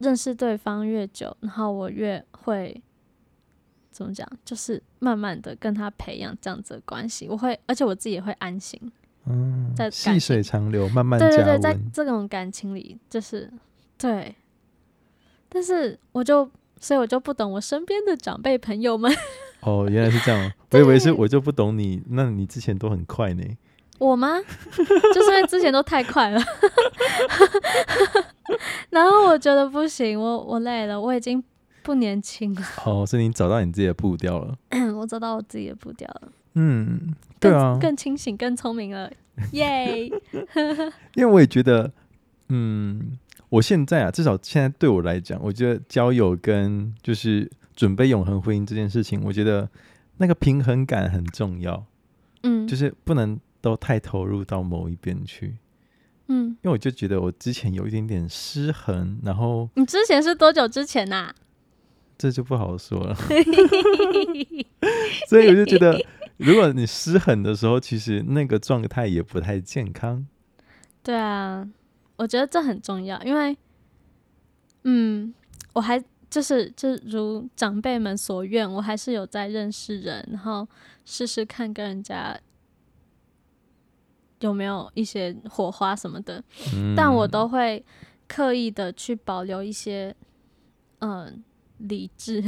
[SPEAKER 2] 认识对方越久，然后我越会。怎么讲？就是慢慢的跟他培养这样子的关系，我会，而且我自己也会安心。
[SPEAKER 1] 嗯
[SPEAKER 2] 在，
[SPEAKER 1] 细水长流，慢慢
[SPEAKER 2] 对对
[SPEAKER 1] 加
[SPEAKER 2] 对，在
[SPEAKER 1] 温，
[SPEAKER 2] 这种感情里，就是对，但是我就，所以我就不懂我身边的长辈朋友们，
[SPEAKER 1] 哦，原来是这样哦，我以为是我就不懂你，那你之前都很快呢，
[SPEAKER 2] 我吗？就是因为之前都太快了， 然后我觉得不行，我我累了，我已经不年轻了，
[SPEAKER 1] 哦，所以你找到你自己的步调了，
[SPEAKER 2] 我找到我自己的步调了，
[SPEAKER 1] 嗯，
[SPEAKER 2] 更
[SPEAKER 1] 对啊，
[SPEAKER 2] 更清醒，更聪明了，耶！
[SPEAKER 1] 因为我也觉得，嗯，我现在啊，至少现在对我来讲，我觉得交友跟就是准备永恒婚姻这件事情，我觉得那个平衡感很重要，
[SPEAKER 2] 嗯
[SPEAKER 1] 就是不能都太投入到某一边去，
[SPEAKER 2] 嗯，
[SPEAKER 1] 因为我就觉得我之前有一点点失衡，然后
[SPEAKER 2] 你之前是多久之前啊呐、
[SPEAKER 1] 这就不好说 了，所以我就觉得，如果你失衡的时候，其实那个状态也不太健康。
[SPEAKER 2] 对啊，我觉得这很重要，因为，嗯，我还就是就是如长辈们所愿，我还是有在认识人，然后试试看跟人家有没有一些火花什么的，
[SPEAKER 1] 嗯，
[SPEAKER 2] 但我都会刻意的去保留一些，嗯、理智，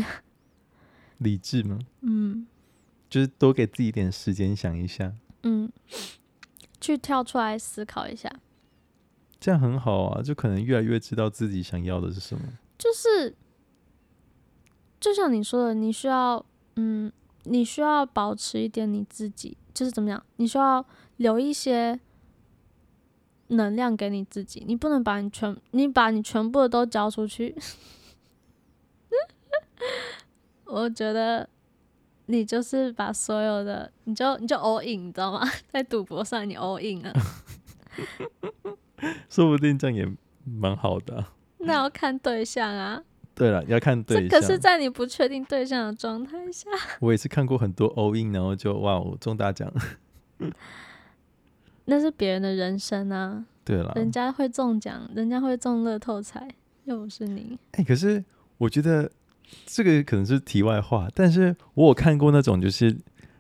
[SPEAKER 1] 理智嘛，
[SPEAKER 2] 嗯
[SPEAKER 1] 就是多给自己一点时间想一下。
[SPEAKER 2] 嗯，去跳出来思考一下，
[SPEAKER 1] 这样很好啊，就可能越来越知道自己想要的是什么。
[SPEAKER 2] 就是，就像你说的，你需要，嗯，你需要保持一点你自己，就是怎么样，你需要留一些能量给你自己，你不能把你全，你把你全部的都交出去。 我觉得你就是把所有的，你就你就 all in，你知道吗？ 在赌博上你 all in 了，
[SPEAKER 1] 说不定这样也蛮好的啊、
[SPEAKER 2] 那要看对象啊。
[SPEAKER 1] 对了，要看对
[SPEAKER 2] 这
[SPEAKER 1] 象。
[SPEAKER 2] 可是在你不确定对象的状态下。
[SPEAKER 1] 我也是看过很多 all in，然后就哇，我中大奖。
[SPEAKER 2] 那是别人的人生啊，
[SPEAKER 1] 对啦，
[SPEAKER 2] 人家会中奖，人家会中乐透彩，又不是你。
[SPEAKER 1] 哎、可是我觉得这个可能是题外话，但是我有看过那种，就是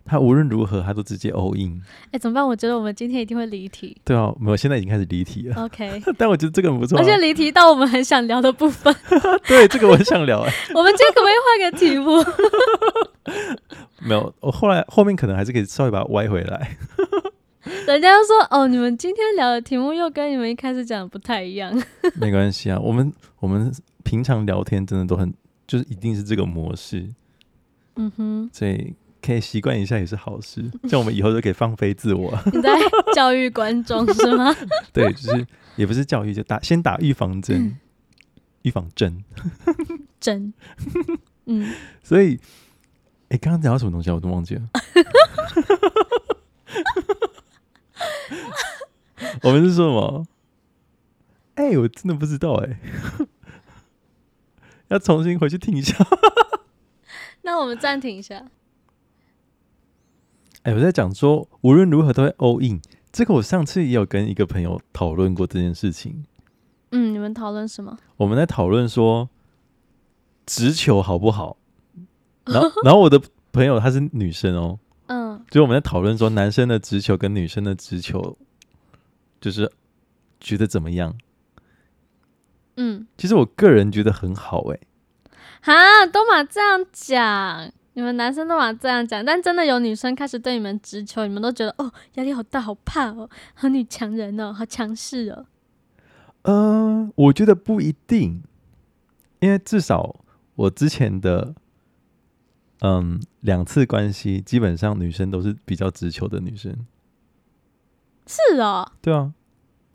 [SPEAKER 1] 他无论如何他都直接 all in。
[SPEAKER 2] 哎、怎么办？我觉得我们今天一定会离题。
[SPEAKER 1] 对啊，没有，现在已经开始离题了。
[SPEAKER 2] OK，
[SPEAKER 1] 但我觉得这个很不错、啊
[SPEAKER 2] 而，且离题到我们很想聊的部分。
[SPEAKER 1] 对这个我很想聊、哎，
[SPEAKER 2] 我们今天可不可以换个题目？
[SPEAKER 1] 没有，我后来后面可能还是可以稍微把它歪回来。
[SPEAKER 2] 人家就说哦，你们今天聊的题目又跟你们一开始讲的不太一样。
[SPEAKER 1] 没关系啊，我们我们平常聊天真的都很，就是一定是这个模式，
[SPEAKER 2] 嗯哼，
[SPEAKER 1] 所以可以习惯一下也是好事。像我们以后就可以放飞自我，
[SPEAKER 2] 你在教育观众是吗？
[SPEAKER 1] 对，就是也不是教育，就打先打预防
[SPEAKER 2] 嗯
[SPEAKER 1] 针，预防针。
[SPEAKER 2] 真，嗯，
[SPEAKER 1] 所以，哎、刚刚讲到什么东西啊？我都忘记了。 我们是说什么？哎、我真的不知道哎、 要重新回去听一下。
[SPEAKER 2] 那我们暂停一下。
[SPEAKER 1] 哎、我在讲说，无论如何都会 all in。这个我上次也有跟一个朋友讨论过这件事情。
[SPEAKER 2] 嗯，你们讨论什么？
[SPEAKER 1] 我们在讨论说直球好不好？然后，然后我的朋友她是女生哦，
[SPEAKER 2] 嗯，
[SPEAKER 1] 就是我们在讨论说男生的直球跟女生的直球，就是觉得怎么样？
[SPEAKER 2] 嗯，
[SPEAKER 1] 其实我个人觉得很好哎、
[SPEAKER 2] 哈，都嘛这样讲，你们男生都嘛这样讲，但真的有女生开始对你们直球，你们都觉得哦，压力好大，好怕哦，好女强人哦，好强势哦。
[SPEAKER 1] 嗯、我觉得不一定，因为至少我之前的嗯两次关系，基本上女生都是比较直球的女生。
[SPEAKER 2] 是哦，
[SPEAKER 1] 对啊，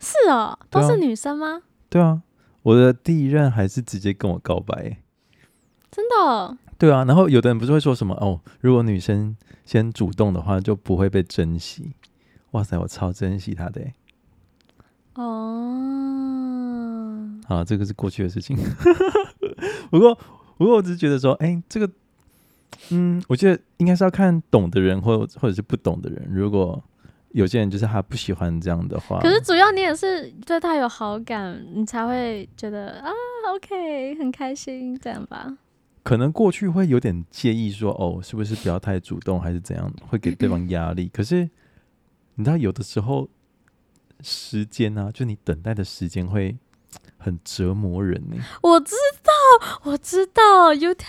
[SPEAKER 2] 是哦，都
[SPEAKER 1] 对啊
[SPEAKER 2] 是女生吗？
[SPEAKER 1] 对啊，我的第一任还是直接跟我告白欸、
[SPEAKER 2] 真的哦、
[SPEAKER 1] 对啊，然后有的人不是会说什么哦，如果女生先主动的话，就不会被珍惜。哇塞，我超珍惜她的欸、
[SPEAKER 2] 哦，
[SPEAKER 1] 好，啊这个是过去的事情。 不过，不过我只是觉得说，哎、这个，嗯，我觉得应该是要看懂的人，或或者是不懂的人。如果有些人就是他不喜欢这样的话，
[SPEAKER 2] 可是主要你也是对他有好感，你才会觉得啊，OK，很开心这样吧？
[SPEAKER 1] 可能过去会有点介意说，哦，是不是不要太主动，还是怎样，会给对方压力。可是你知道，有的时候时间啊，就你等待的时间会很折磨人呢、
[SPEAKER 2] 我知道，我知道，有点，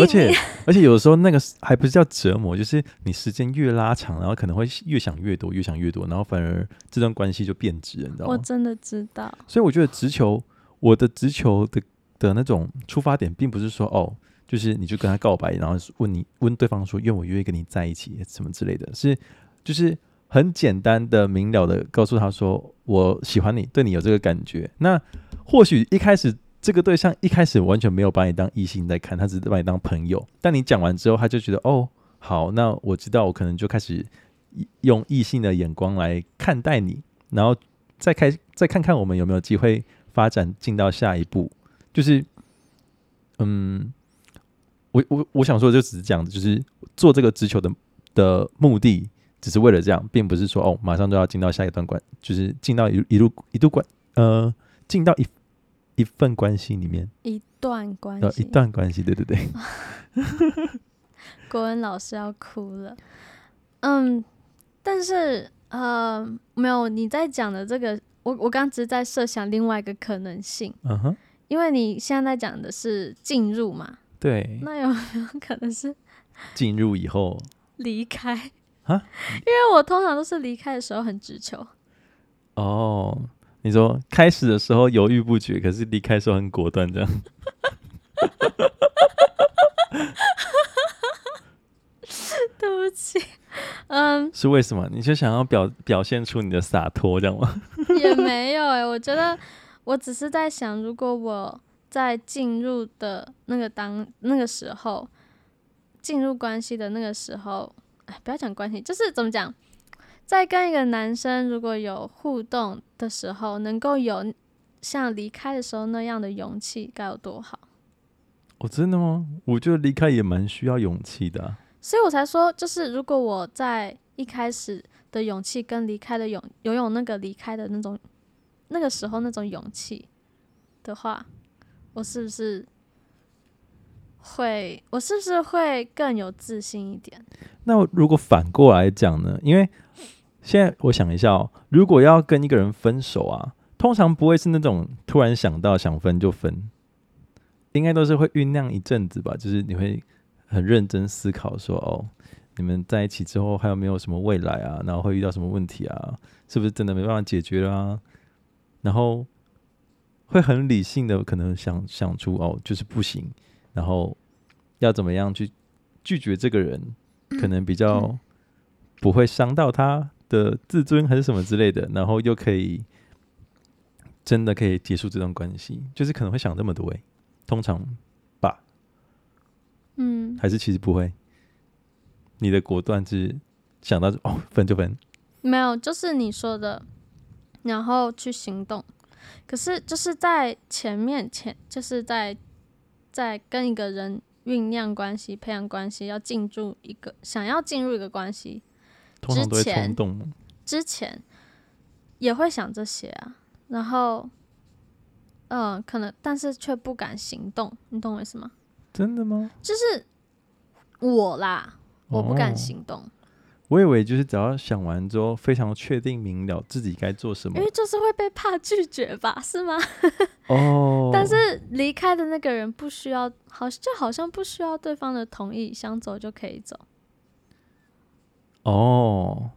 [SPEAKER 1] 而且而且有的时候那个是还不是叫折磨，就是你时间越拉长，然后可能会越想越多，越想越多，然后反而这段关系就变质了，你知道
[SPEAKER 2] 我
[SPEAKER 1] 吗？
[SPEAKER 2] 真的知道，
[SPEAKER 1] 所以我觉得直球，我的直球的的那种出发点，并不是说哦，就是你就跟他告白，然后问你问对方说愿我愿意跟你在一起什么之类的，是就是很简单的明了的告诉他说我喜欢你，对你有这个感觉。那或许一开始这个对象一开始完全没有把你当异性在看，他只是把你当朋友，但你讲完之后，他就觉得哦，好，那我知道，我可能就开始用异性的眼光来看待你，然后再开再看看我们有没有机会发展进到下一步。就是，嗯，我我我想说的就只是这样子，就是做这个直球的的目的，只是为了这样，并不是说哦，马上就要进到下一段关，就是进到一一路一度关呃，进到一一份关系里面，
[SPEAKER 2] 一段关
[SPEAKER 1] 呃，
[SPEAKER 2] 系，
[SPEAKER 1] 一段关系，对对对，
[SPEAKER 2] 国文老师要哭了。嗯，但是呃，没有你在讲的这个，我我刚只是在设想另外一个可能性，
[SPEAKER 1] 嗯哼，
[SPEAKER 2] 因为你现在在讲的是进入嘛，
[SPEAKER 1] 对，
[SPEAKER 2] 那有没有可能是
[SPEAKER 1] 进入以后，
[SPEAKER 2] 离开
[SPEAKER 1] 啊？
[SPEAKER 2] 因为我通常都是离开的时候很直球，
[SPEAKER 1] 哦，你说开始的时候犹豫不决，可是离开的时候很果断，这样。
[SPEAKER 2] 对不起，嗯，
[SPEAKER 1] 是为什么？你就想要表表现出你的洒脱，这样吗？
[SPEAKER 2] 也没有哎、我觉得我只是在想，如果我在进入的那个当那个时候，进入关系的那个时候，哎，不要讲关系，就是怎么讲，在跟一个男生如果有互动的时候，能够有像离开的时候那样的勇气，该有多好。
[SPEAKER 1] 哦，真的吗？我觉得离开也蛮需要勇气的啊、
[SPEAKER 2] 所以我才说，就是如果我在一开始的勇气跟离开的勇，游泳那个离开的那种那个时候那种勇气的话，我是不是会，我是不是会更有自信一点？
[SPEAKER 1] 那如果反过来讲呢？因为现在我想一下哦，如果要跟一个人分手啊，通常不会是那种突然想到想分就分，应该都是会酝酿一阵子吧。就是你会很认真思考说，哦，你们在一起之后还有没有什么未来啊？然后会遇到什么问题啊？是不是真的没办法解决啊？然后会很理性的可能想想出哦，就是不行，然后要怎么样去拒绝这个人，可能比较
[SPEAKER 2] 嗯
[SPEAKER 1] 不会伤到他的自尊还是什么之类的，然后又可以真的可以结束这段关系，就是可能会想这么多、欸。通常
[SPEAKER 2] 嗯，
[SPEAKER 1] 还是其实不会，你的果断是想到就哦分就分，
[SPEAKER 2] 没有，就是你说的，然后去行动。可是就是在前面前，就是在在跟一个人酝酿关系、培养关系，要进入一个想要进入一个关系
[SPEAKER 1] 通常都会
[SPEAKER 2] 之
[SPEAKER 1] 冲
[SPEAKER 2] 前
[SPEAKER 1] 动。
[SPEAKER 2] 之前，也会想这些啊。然后，嗯、可能但是却不敢行动，你懂我意思吗？
[SPEAKER 1] 真的吗？
[SPEAKER 2] 就是我啦，我不敢
[SPEAKER 1] 哦
[SPEAKER 2] 行动，
[SPEAKER 1] 我以为就是只要想完之后，非常确定明了自己该做什么
[SPEAKER 2] 因为就是会被怕拒绝吧，是吗？
[SPEAKER 1] 哦。
[SPEAKER 2] 但是离开的那个人不需要，好就好像不需要对方的同意，想走就可以走。
[SPEAKER 1] 哦，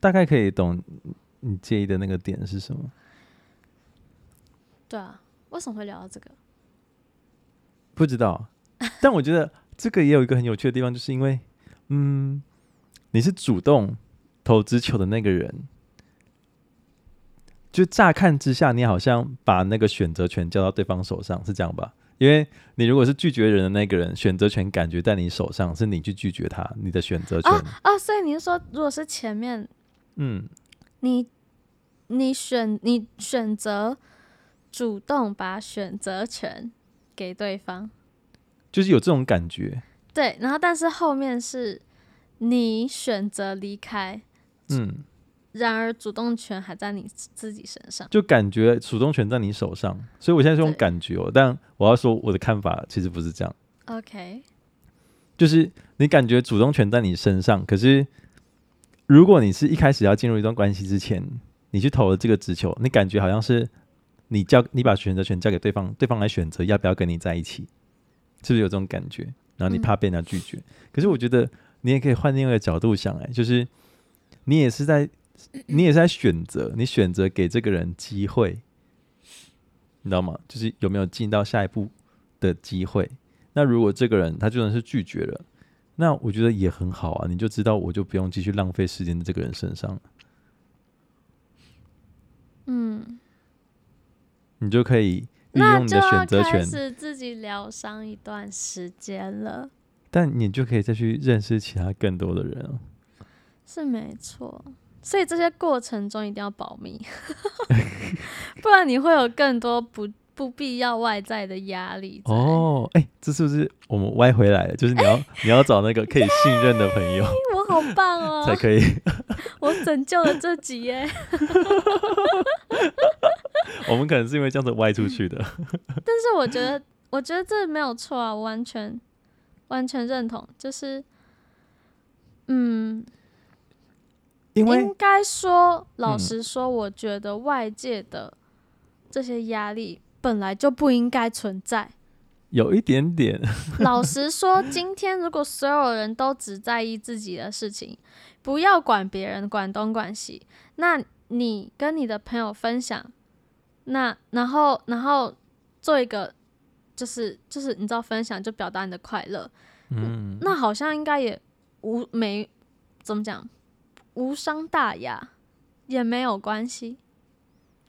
[SPEAKER 1] 大概可以懂你介意的那个点是什么。
[SPEAKER 2] 对啊，为什么会聊到这个？
[SPEAKER 1] 不知道，但我觉得这个也有一个很有趣的地方，就是因为，嗯，你是主动投掷球的那个人，就乍看之下，你好像把那个选择权交到对方手上，是这样吧？因为你如果是拒绝人的那个人，选择权感觉在你手上，是你去拒绝他，你的选择权，
[SPEAKER 2] 啊，所以你是说，如果是前面
[SPEAKER 1] 嗯，
[SPEAKER 2] 你你选你选择主动把选择权给对方，
[SPEAKER 1] 就是有这种感觉，
[SPEAKER 2] 对，然后但是后面是你选择离开，
[SPEAKER 1] 嗯，
[SPEAKER 2] 然而主动权还在你自己身上。
[SPEAKER 1] 就感觉主动权在你手上，所以我现在是用
[SPEAKER 2] 对
[SPEAKER 1] 感觉哦，但我要说我的看法其实不是这样。
[SPEAKER 2] OK，
[SPEAKER 1] 就是你感觉主动权在你身上，可是如果你是一开始要进入一段关系之前，你去投了这个直球，你感觉好像是你交你把选择权交给对方，对方来选择要不要跟你在一起，是不是有这种感觉？然后你
[SPEAKER 2] 嗯
[SPEAKER 1] 怕被人家拒绝，可是我觉得你也可以换另外一个角度想、哎，就是你也是在你也是在选择，你选择给这个人机会，你知道吗？就是有没有进到下一步的机会？那如果这个人他就算是拒绝了，那我觉得也很好啊，你就知道我就不用继续浪费时间在这个人身上了，
[SPEAKER 2] 嗯，
[SPEAKER 1] 你就可以运
[SPEAKER 2] 那
[SPEAKER 1] 用你
[SPEAKER 2] 就
[SPEAKER 1] 的
[SPEAKER 2] 要
[SPEAKER 1] 选择
[SPEAKER 2] 开
[SPEAKER 1] 权，
[SPEAKER 2] 始自己疗伤一段时间了。
[SPEAKER 1] 但你就可以再去认识其他更多的人啊。
[SPEAKER 2] 是没错，所以这些过程中一定要保密， 不然你会有更多不不必要外在的压力在。
[SPEAKER 1] 哦，哎、这是不是我们歪回来了？就是你 要、你要找那个可以信任的朋友
[SPEAKER 2] 我好 棒
[SPEAKER 1] 才
[SPEAKER 2] 哦！
[SPEAKER 1] 可以。
[SPEAKER 2] 我拯救了这集 耶！
[SPEAKER 1] 我们可能是因为这样子歪出去 的。
[SPEAKER 2] 但是我觉得，我觉得这没有错啊，我完全完全认同，就是嗯，
[SPEAKER 1] 因为
[SPEAKER 2] 应该说，老
[SPEAKER 1] 嗯
[SPEAKER 2] 实说，我觉得外界的这些压力本来就不应该存在。
[SPEAKER 1] 有一点点，
[SPEAKER 2] 老实说，今天如果所有人都只在意自己的事情，不要管别人，管东管西，那你跟你的朋友分享，那然后然后做一个，就是就是你知道分享就表达你的快乐，
[SPEAKER 1] 嗯，
[SPEAKER 2] 那好像应该也无没怎么讲，无伤大雅，也没有关系。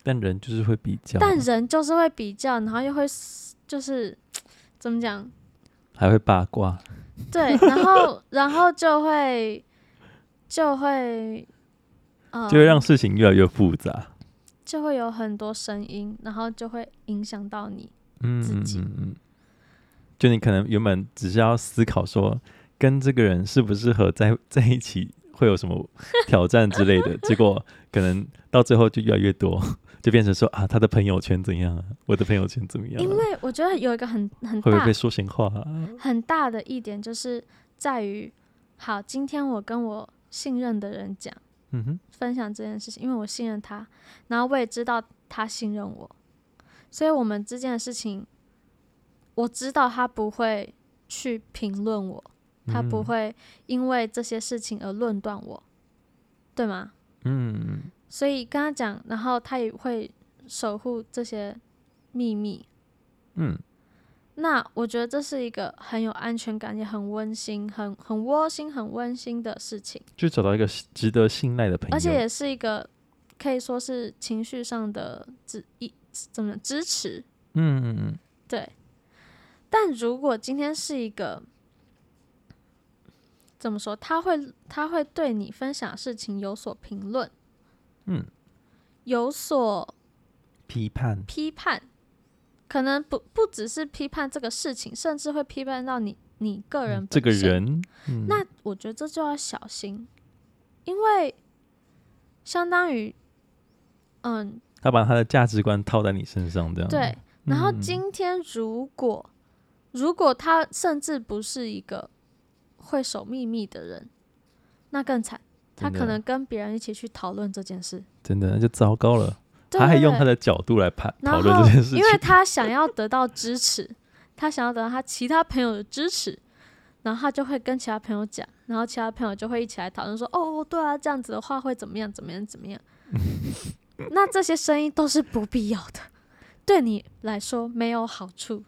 [SPEAKER 1] 但人就是会比较，
[SPEAKER 2] 但人就是会比较，然后又会 s- 就是怎么讲？
[SPEAKER 1] 还会八卦。
[SPEAKER 2] 对，然后然后就会就会，呃，
[SPEAKER 1] 就会让事情越来越复杂。
[SPEAKER 2] 就会有很多声音，然后就会影响到你。
[SPEAKER 1] 嗯
[SPEAKER 2] 自
[SPEAKER 1] 嗯
[SPEAKER 2] 己
[SPEAKER 1] 嗯嗯，就你可能原本只是要思考说跟这个人适不适合在在一起，会有什么挑战之类 的，结果可能到最后就越来越多， 就变成说啊，他的朋友圈怎样啊，我的朋友圈怎么样
[SPEAKER 2] 因
[SPEAKER 1] 啊、
[SPEAKER 2] 为我觉得有一个很很
[SPEAKER 1] 会不会
[SPEAKER 2] 大
[SPEAKER 1] 被说闲话、啊？
[SPEAKER 2] 很大的一点就是在于，好，今天我跟我信任的人讲
[SPEAKER 1] 嗯哼，
[SPEAKER 2] 分享这件事情，因为我信任他，然后我也知道他信任我，所以我们之间的事情，我知道他不会去评论我，他不
[SPEAKER 1] 嗯，
[SPEAKER 2] 会因为这些事情而论断我，对吗？
[SPEAKER 1] 嗯，
[SPEAKER 2] 所以跟他讲，然后他也会守护这些秘密。
[SPEAKER 1] 嗯，
[SPEAKER 2] 那我觉得这是一个很有安全感，也很温馨、很很窝心、很温馨的事情，
[SPEAKER 1] 就找到一个值得信赖的朋友，
[SPEAKER 2] 而且也是一个可以说是情绪上的支一怎么讲支持，
[SPEAKER 1] 嗯嗯嗯，
[SPEAKER 2] 对。但如果今天是一个怎么说，他会他会对你分享的事情有所评论，
[SPEAKER 1] 嗯，
[SPEAKER 2] 有所
[SPEAKER 1] 批判，
[SPEAKER 2] 批判，可能不不只是批判这个事情，甚至会批判到你你个人、
[SPEAKER 1] 嗯这个，人，嗯、
[SPEAKER 2] 那我觉得这就要小心，因为相当于，嗯，
[SPEAKER 1] 他把他的价值观套在你身上，这样
[SPEAKER 2] 对。然后
[SPEAKER 1] 嗯
[SPEAKER 2] 今天如果、如果他甚至不是一个会守秘密的人，那更惨，他
[SPEAKER 1] 真的
[SPEAKER 2] 可能跟别人一起去讨论这件事，
[SPEAKER 1] 真的那就糟糕了。
[SPEAKER 2] 对
[SPEAKER 1] 他还用
[SPEAKER 2] 对
[SPEAKER 1] 他的角度来判
[SPEAKER 2] 然
[SPEAKER 1] 讨
[SPEAKER 2] 后，
[SPEAKER 1] 论这件事情
[SPEAKER 2] 因，为他想要得到支持，他想要得到他其他朋友的支持，然后他就会跟其他朋友讲，然后其他朋友就会一起来讨论说，哦，对啊，这样子的话会怎么样，怎么样，怎么样。那这些声音都是不必要的，对你来说没有好处，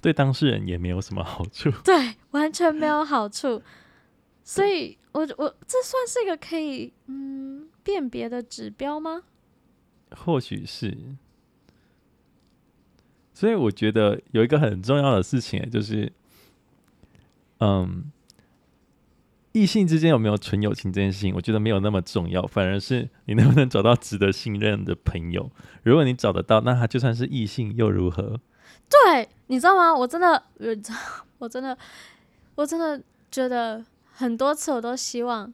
[SPEAKER 1] 对当事人也没有什么好处。
[SPEAKER 2] 对，完全没有好处。所以我，我这算是一个可以嗯辨别的指标吗？
[SPEAKER 1] 或许是。 所以我觉得有一个很重要的事情，就是，嗯，异性之间有没有纯友情这件事情，我觉得没有那么重要，反而是你能不能找到值得信任的朋友。如果你找得到，那他就算是异性又如何？
[SPEAKER 2] 对，你知道吗？我真的， 我真我真的，我真的觉得很多次我都希望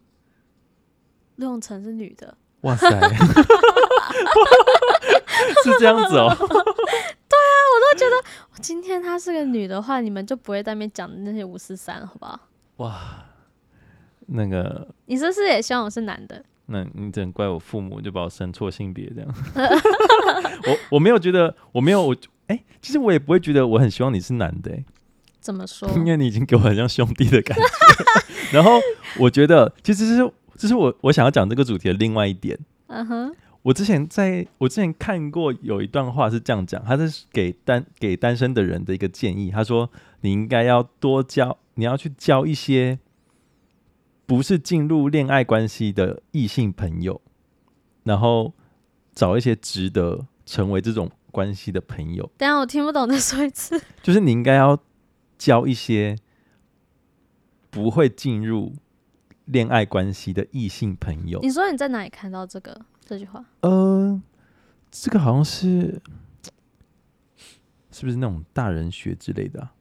[SPEAKER 2] 陆永成是女的，
[SPEAKER 1] 哇 塞，是这样子哦。
[SPEAKER 2] 今天她是个女的话，你们就不会在那边讲那些五四三了，好不好？
[SPEAKER 1] 那个，
[SPEAKER 2] 你是不是也希望我是男的？
[SPEAKER 1] 那你只能怪我父母就把我生错性别这样。我我没有觉得，我没有我哎、其实我也不会觉得我很希望你是男的、欸，
[SPEAKER 2] 怎 么说？
[SPEAKER 1] 因为你已经给我很像兄弟的感觉。 然后我觉得，其实是这是我我想要讲这个主题的另外一点。
[SPEAKER 2] 嗯哼，
[SPEAKER 1] 我之前在我之前看过有一段话是这样讲，他是给单给单身的人的一个建议，他说你应该要多交，你要去交一些不是进入恋爱关系的异性朋友，然后找一些值得成为这种关系的朋友，
[SPEAKER 2] 等一下我听不懂，再说一 次。
[SPEAKER 1] 就是你应该要交一些不会进入恋爱关系的异性朋友。
[SPEAKER 2] 你说你在哪里看到这个这句话？
[SPEAKER 1] 呃，这个好像是，是不是那种大人学之类的啊、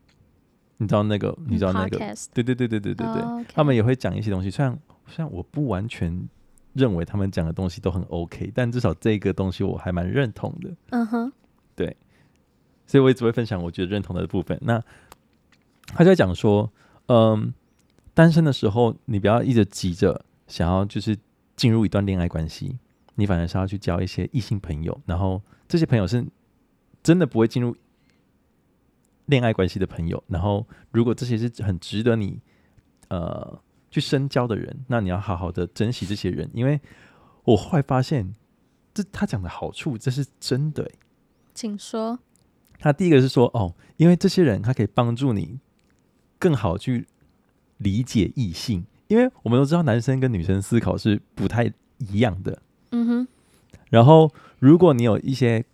[SPEAKER 1] 你知道那个，你知道那个，
[SPEAKER 2] 嗯 Podcast
[SPEAKER 1] 对对对对对对对，
[SPEAKER 2] 哦，OK
[SPEAKER 1] 他们也会讲一些东西。虽然虽然我不完全认为他们讲的东西都很 OK，但至少这个东西我还蛮认同的，
[SPEAKER 2] 嗯哼，
[SPEAKER 1] 所以我也只会分享我觉得认同的部分。那他就在讲说，嗯，单身的时候你不要一直急着想要就是进入一段恋爱关系，你反而是要去交一些异性朋友，然后这些朋友是真的不会进入恋爱关系的朋友。然后如果这些是很值得你呃去深交的人，那你要好好的珍惜这些人，因为我后来发现，这他讲的好处，这是真的欸、
[SPEAKER 2] 请说。
[SPEAKER 1] 他第一个是说，哦，因为这些人他可以帮助你更好去理解异性，因为我们都知道男生跟女生思考是不太一样的。
[SPEAKER 2] 嗯哼，
[SPEAKER 1] 然后，如果你有一些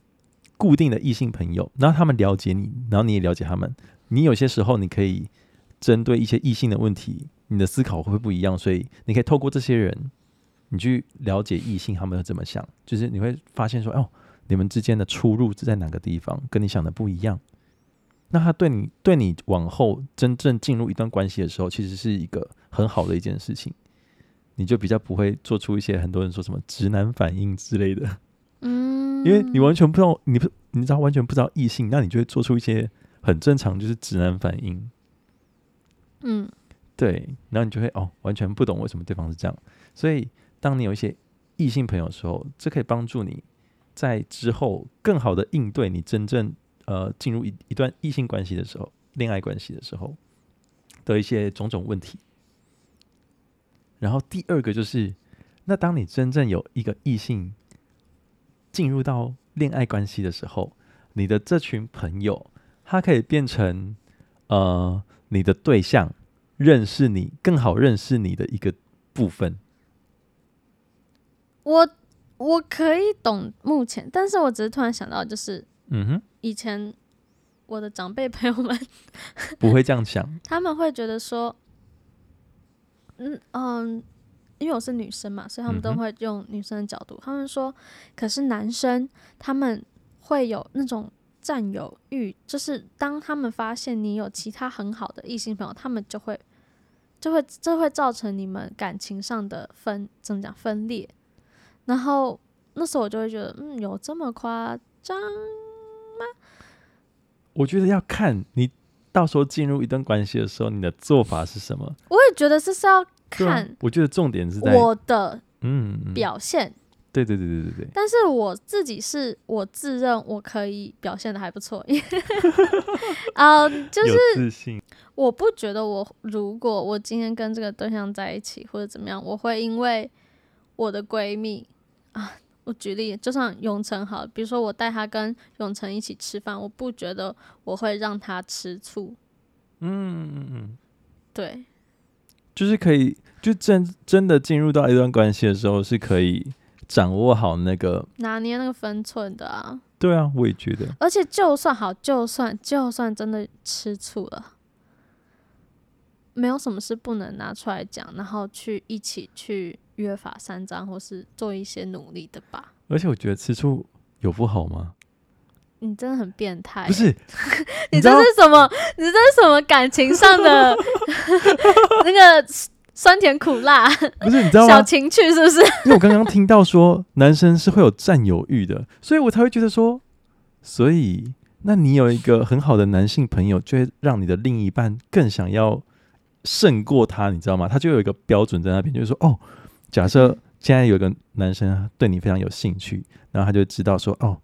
[SPEAKER 1] 固定的异性朋友，然后他们了解你，然后你也了解他们，你有些时候你可以针对一些异性的问题，你的思考会不一样，所以你可以透过这些人，你去了解异性他们怎么想，就是你会发现说，哦，你们之间的出入是在哪个地方，跟你想的不一样。那他对你对你往后真正进入一段关系的时候，其实是一个很好的一件事情。你就比较不会做出一些很多人说什么直男反应之类的，
[SPEAKER 2] 嗯，
[SPEAKER 1] 因为你完全不知道，你不你知道完全不知道异性，那你就会做出一些很正常就是直男反应，
[SPEAKER 2] 嗯
[SPEAKER 1] 对，然后你就会哦完全不懂为什么对方是这样，所以当你有一些异性朋友的时候，这可以帮助你在之后更好的应对你真正呃进入一一段异性关系的时候，恋爱关系的时候的一些种种问题。然后第二个就是，那当你真正有一个异性进入到恋爱关系的时候，你的这群朋友他可以变成呃你的对象，认识你更好认识你的一个部分。
[SPEAKER 2] 我我可以懂目前，但是我只是突然想到，就是
[SPEAKER 1] 嗯哼。
[SPEAKER 2] 以前我的长辈朋友们，
[SPEAKER 1] 不会这样想。
[SPEAKER 2] 他们会觉得说，嗯嗯，因为我是女生嘛，所以他们都
[SPEAKER 1] 嗯哼
[SPEAKER 2] 会用女生的角度，他们说，可是男生他们会有那种。占有欲就是当他们发现你有其他很好的异性朋友，他们就会就会这会造成你们感情上的分怎么讲分裂。然后那时候我就会觉得，嗯，有这么夸张？
[SPEAKER 1] 我觉得要看你到时候进入一段关系的时候，你的做法是什么。
[SPEAKER 2] 我也觉得这是要
[SPEAKER 1] 对啊
[SPEAKER 2] 看
[SPEAKER 1] 我觉得重点是在
[SPEAKER 2] 我的
[SPEAKER 1] 嗯，嗯
[SPEAKER 2] 表现，
[SPEAKER 1] 对对对对对对，
[SPEAKER 2] 但是我自己是我自认我可以表现的还不错， 因为啊、就是
[SPEAKER 1] 有自信。
[SPEAKER 2] 我不觉得我如果我今天跟这个对象在一起或者怎么样，我会因为我的闺蜜啊，我举例，就像永成好了，比如说我带她跟永成一起吃饭，我不觉得我会让她吃醋，
[SPEAKER 1] 嗯嗯嗯，
[SPEAKER 2] 对，
[SPEAKER 1] 就是可以，就真真的进入到一段关系的时候，是可以掌握好那个。
[SPEAKER 2] 拿捏那个分寸的啊。
[SPEAKER 1] 对啊，我也觉得。
[SPEAKER 2] 而且就算好，就算就算真的吃醋了，没有什么是不能拿出来讲，然后去一起去约法三章，或是做一些努力的吧。
[SPEAKER 1] 而且我觉得吃醋有不好吗？
[SPEAKER 2] 你真的很变态，欸
[SPEAKER 1] 不？ 是，
[SPEAKER 2] 你
[SPEAKER 1] 知
[SPEAKER 2] 这
[SPEAKER 1] 道
[SPEAKER 2] 是什么？你这是什么感情上的 那个酸甜苦辣
[SPEAKER 1] 不是，你知道吗
[SPEAKER 2] 小？情趣，是不是？
[SPEAKER 1] 因为我刚刚听到说男生是会有占有欲的，所以我才会觉得说，所以那你有一个很好的男性朋友，就会让你的另一半更想要胜过他，你知道吗？他就有一个标准在那边，就是说，哦，假设现在有一个男生对你非常有兴趣，然后他就知道说，哦，